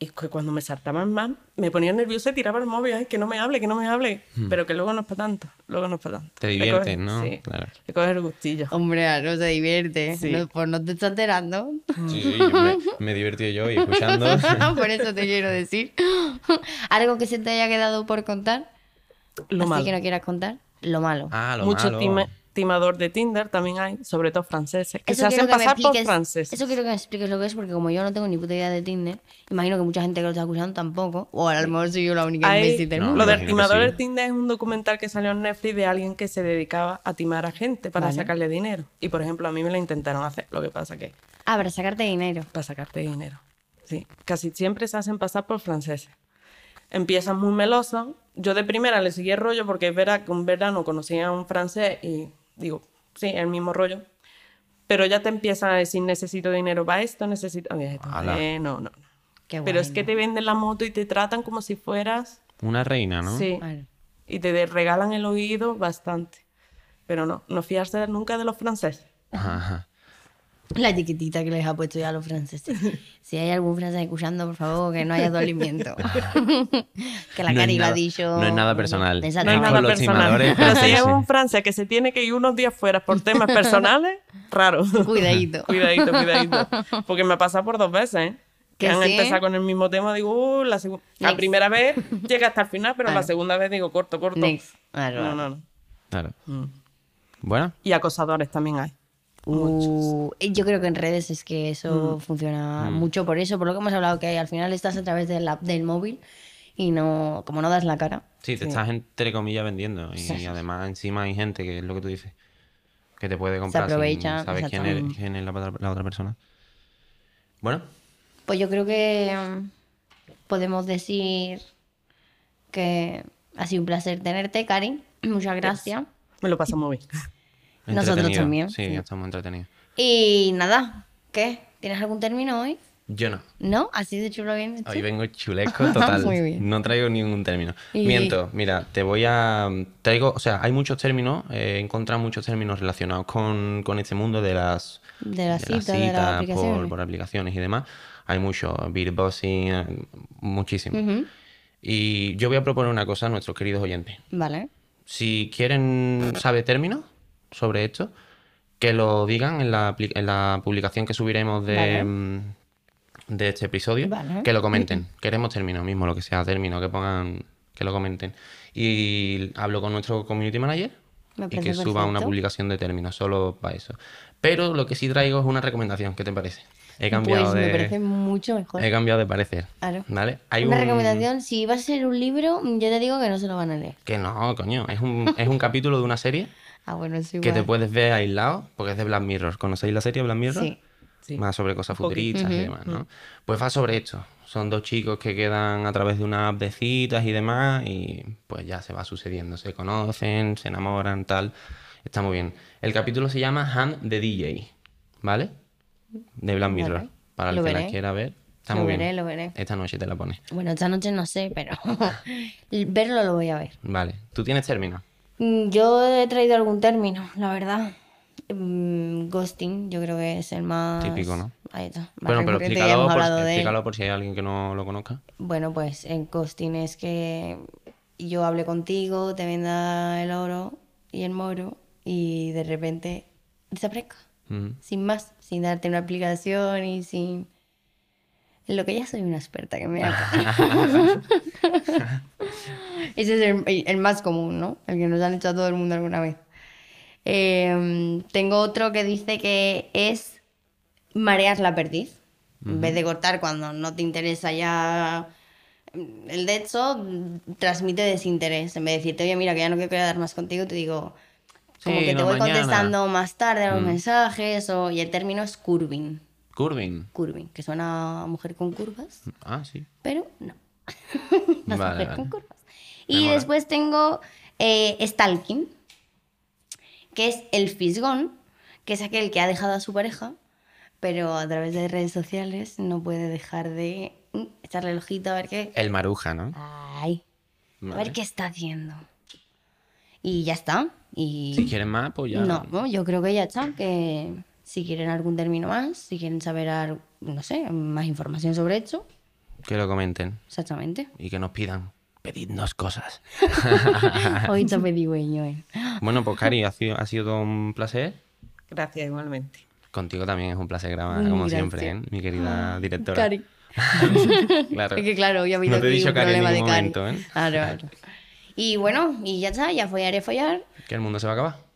Speaker 4: Y es que cuando me saltaban más, me ponía nerviosa y tiraba el móvil. Ay, que no me hable, que no me hable. Pero que luego no es para tanto. Luego no es para tanto.
Speaker 3: Mm. Te
Speaker 4: Le
Speaker 3: diviertes,
Speaker 4: coges-
Speaker 3: ¿no?
Speaker 4: Sí.
Speaker 3: Claro.
Speaker 4: Le coges el gustillo.
Speaker 2: Hombre, ahora se divierte.
Speaker 4: Sí.
Speaker 2: No, pues no te estás enterando.
Speaker 3: Sí, sí, yo me, me he divertido yo y
Speaker 4: <laughs>
Speaker 3: escuchando.
Speaker 2: <laughs> Por eso te quiero decir. <laughs> Algo que se te haya quedado por contar. Oh,
Speaker 4: Lo
Speaker 2: así
Speaker 4: malo.
Speaker 2: que no quieras contar. Lo malo.
Speaker 3: Ah, lo
Speaker 4: Mucho
Speaker 3: malo.
Speaker 4: tima- timador de Tinder también hay, sobre todo franceses, que
Speaker 2: Eso
Speaker 4: se
Speaker 2: quiero que
Speaker 4: hacen
Speaker 2: me
Speaker 4: pasar por
Speaker 2: expliques-
Speaker 4: franceses.
Speaker 2: Eso quiero que me expliques lo que es, porque como yo no tengo ni puta idea de Tinder, imagino que mucha gente que lo está escuchando tampoco. O a lo mejor soy yo la única
Speaker 4: Hay-
Speaker 2: imbécil del
Speaker 3: No,
Speaker 2: mundo.
Speaker 4: lo
Speaker 3: me imagino
Speaker 4: del
Speaker 3: que
Speaker 4: timador
Speaker 3: sí.
Speaker 4: de Tinder es un documental que salió en Netflix de alguien que se dedicaba a timar a gente para sacarle dinero. Y por ejemplo, a mí me lo intentaron hacer. Lo que pasa que
Speaker 2: Ah, para sacarte dinero.
Speaker 4: para sacarte dinero. Sí, casi siempre se hacen pasar por franceses. Empiezan muy melosos. Yo de primera le seguí el rollo porque es verdad que un verano conocí a un francés y digo, sí, el mismo rollo. Pero ya te empiezan a decir, necesito dinero para esto, necesito... Oye, esto,
Speaker 3: Ala.
Speaker 4: eh, no, no. no.
Speaker 2: Qué
Speaker 4: Pero es
Speaker 2: guay,
Speaker 4: que te venden la moto y te tratan como si fueras...
Speaker 3: Una reina, ¿no?
Speaker 4: Sí.
Speaker 2: Bueno.
Speaker 4: Y te de- regalan el oído bastante. Pero no, no fiarse nunca de los franceses.
Speaker 3: Ajá.
Speaker 2: La etiquetita que les ha puesto ya a los franceses. Si hay algún francés escuchando, por favor, que no haya dolimiento. <laughs> que la
Speaker 3: No es
Speaker 2: Cari lo ha
Speaker 3: nada-
Speaker 2: dicho.
Speaker 3: no es nada personal.
Speaker 2: Exacto.
Speaker 4: No es
Speaker 3: Con
Speaker 4: nada
Speaker 3: los
Speaker 4: personal.
Speaker 3: timadores
Speaker 4: Pero si es
Speaker 3: franceses.
Speaker 4: un francés que se tiene que ir unos días fuera por temas
Speaker 2: <laughs>
Speaker 4: personales, raro. <laughs>
Speaker 2: Cuidadito.
Speaker 4: cuidadito, cuidadito. Porque me pasa por dos veces, ¿eh? Que
Speaker 2: ¿Que
Speaker 4: han
Speaker 2: sí?
Speaker 4: empezado con el mismo tema, digo, uh, la, segu- la
Speaker 2: Next.
Speaker 4: primera vez llega hasta el final, pero la segunda vez digo, corto, corto.
Speaker 2: Next. Ah,
Speaker 4: No, no, no.
Speaker 3: Claro.
Speaker 4: Mm.
Speaker 3: Bueno,
Speaker 4: Y acosadores también hay.
Speaker 2: Uh, yo creo que en redes es que eso
Speaker 4: Mm.
Speaker 3: Mm.
Speaker 2: funciona mucho por eso, por lo que hemos hablado, que al final estás a través del app del móvil y no, como no das la cara.
Speaker 3: sí, te estás entre comillas vendiendo. Y, además, encima hay gente que es lo que tú dices. Que te puede comprar. sin
Speaker 2: aprovechan,
Speaker 3: Sabes quién es, quién es la, otra- la otra persona. Bueno,
Speaker 2: Pues yo creo que mm, podemos decir que ha sido un placer tenerte, Cari. <clears throat> Muchas gracias.
Speaker 4: Me lo paso muy bien.
Speaker 2: Nosotros
Speaker 3: entretenido.
Speaker 2: también,
Speaker 3: Sí, estamos entretenidos.
Speaker 2: Y nada, ¿qué? ¿Tienes algún término hoy?
Speaker 3: Yo no.
Speaker 2: ¿No? ¿Así de chulo bien?
Speaker 3: Hoy
Speaker 2: <laughs>
Speaker 3: vengo chulesco total.
Speaker 2: Muy bien.
Speaker 3: No traigo ningún término.
Speaker 2: Y-
Speaker 3: Miento, mira, te voy a. Traigo, o sea, hay muchos términos, eh, he encontrado muchos términos relacionados con, con este mundo de las.
Speaker 2: De la
Speaker 3: de las
Speaker 2: cita, de las
Speaker 3: citas por,
Speaker 2: aplicaciones.
Speaker 3: por aplicaciones y demás. Hay mucho, beatboxing, eh, muchísimo. Y yo voy a proponer una cosa a nuestros queridos oyentes.
Speaker 2: Vale.
Speaker 3: Si quieren saber términos sobre esto, que lo digan en la, apli- en la publicación que subiremos de,
Speaker 2: Vale.
Speaker 3: mm, de este episodio.
Speaker 2: Vale.
Speaker 3: Que lo comenten. Queremos términos mismo, lo que sea término, que pongan, que lo comenten. Y hablo con nuestro community manager
Speaker 2: Me
Speaker 3: y que
Speaker 2: parece
Speaker 3: suba una
Speaker 2: perfecto.
Speaker 3: publicación de términos, solo para eso. Pero lo que sí traigo es una recomendación, ¿qué te parece? He cambiado
Speaker 2: pues me
Speaker 3: de.
Speaker 2: parece mucho mejor.
Speaker 3: He cambiado de parecer.
Speaker 2: Claro.
Speaker 3: ¿Vale? Hay
Speaker 2: Una
Speaker 3: un-
Speaker 2: recomendación, si va a ser un libro, yo te digo que no se lo van a leer.
Speaker 3: Que no, coño.
Speaker 2: <laughs>
Speaker 3: Es un, es un capítulo de una serie.
Speaker 2: Ah, bueno, es igual.
Speaker 3: que te puedes ver aislado, porque es de Black Mirror. ¿Conocéis la serie Black Mirror?
Speaker 2: Sí.
Speaker 4: Sí.
Speaker 3: Más sobre cosas futuristas y demás,
Speaker 2: Mm.
Speaker 3: ¿no? Pues va sobre esto. Son dos chicos que quedan a través de una app de citas y demás, y pues ya se va sucediendo. Se conocen, se enamoran, tal. Está muy bien. El capítulo se llama Hand the DJ, ¿vale? De Black Mirror. Para el
Speaker 2: Lo
Speaker 3: que la
Speaker 2: veré.
Speaker 3: quiera ver, está
Speaker 2: Lo
Speaker 3: muy
Speaker 2: veré,
Speaker 3: bien.
Speaker 2: lo veré.
Speaker 3: Esta noche te la pones.
Speaker 2: Bueno, esta noche no sé, pero <laughs> verlo lo voy a ver.
Speaker 3: Vale. ¿Tú tienes término?
Speaker 2: Mm, Yo he traído algún término, la verdad. Mm, ghosting, yo creo que es el más...
Speaker 3: Típico, ¿no?
Speaker 2: Ahí está. más
Speaker 3: Bueno, pero
Speaker 2: recurrente, ya hemos
Speaker 3: explícalo, por,
Speaker 2: hablado de él.
Speaker 3: explícalo por si hay alguien que no lo conozca.
Speaker 2: Bueno, pues en ghosting es que yo hablé contigo, te venda el oro y el moro y de repente desaparezca.
Speaker 3: Mm.
Speaker 2: Sin más, sin darte una aplicación y sin... En lo que ya soy una experta que me
Speaker 3: <laughs>
Speaker 2: hago. Ese es el, el- el más común, ¿no? El que nos han hecho a todo el mundo alguna vez. Eh, tengo otro que dice que es mareas la perdiz. En vez de cortar cuando no te interesa ya el de hecho transmite desinterés. En vez de decirte, oye, mira, que ya no quiero quedar más contigo, te digo, como
Speaker 3: Sí,
Speaker 2: que te
Speaker 3: no,
Speaker 2: voy
Speaker 3: mañana.
Speaker 2: contestando más tarde a los
Speaker 3: Mm.
Speaker 2: mensajes. O, y el término es curving.
Speaker 3: Curving.
Speaker 2: Curving, que suena a mujer con curvas,
Speaker 3: Ah, sí.
Speaker 2: pero no. <laughs> No es
Speaker 3: Vale,
Speaker 2: mujer
Speaker 3: vale.
Speaker 2: con curvas.
Speaker 3: Me
Speaker 2: Y
Speaker 3: mola.
Speaker 2: después tengo eh, stalking, que es el fisgón, que es aquel que ha dejado a su pareja pero a través de redes sociales no puede dejar de mm, echarle el ojito a ver qué.
Speaker 3: El maruja, ¿no?
Speaker 2: Ay, a
Speaker 3: Vale.
Speaker 2: ver qué está haciendo. Y ya está. Y
Speaker 3: Si quieren más, pues ya.
Speaker 2: no, no, yo creo que ya está. Que si quieren algún término más, si quieren saber, al- no sé, más información sobre esto,
Speaker 3: Que lo comenten
Speaker 2: exactamente.
Speaker 3: y que nos pidan.
Speaker 2: <gasps>
Speaker 3: Pedidnos cosas.
Speaker 2: Hoy te pedigüeño, eh.
Speaker 3: Bueno, pues Cari, ha sido, ha sido todo un placer.
Speaker 4: Gracias igualmente.
Speaker 3: Contigo también es un placer grabar,
Speaker 2: Mm,
Speaker 3: como
Speaker 2: gracias. Ah.
Speaker 3: siempre, ¿eh? mi querida directora.
Speaker 2: Cari.
Speaker 3: Claro.
Speaker 2: Es que claro, hoy ha habido
Speaker 3: No te he
Speaker 2: aquí
Speaker 3: dicho
Speaker 2: un
Speaker 3: Cari en
Speaker 2: problema de
Speaker 3: ningún
Speaker 2: Cari.
Speaker 3: momento, ¿eh?
Speaker 2: Claro, claro. Y bueno, y ya está, ya follar es follar.
Speaker 3: Que el mundo se va a acabar.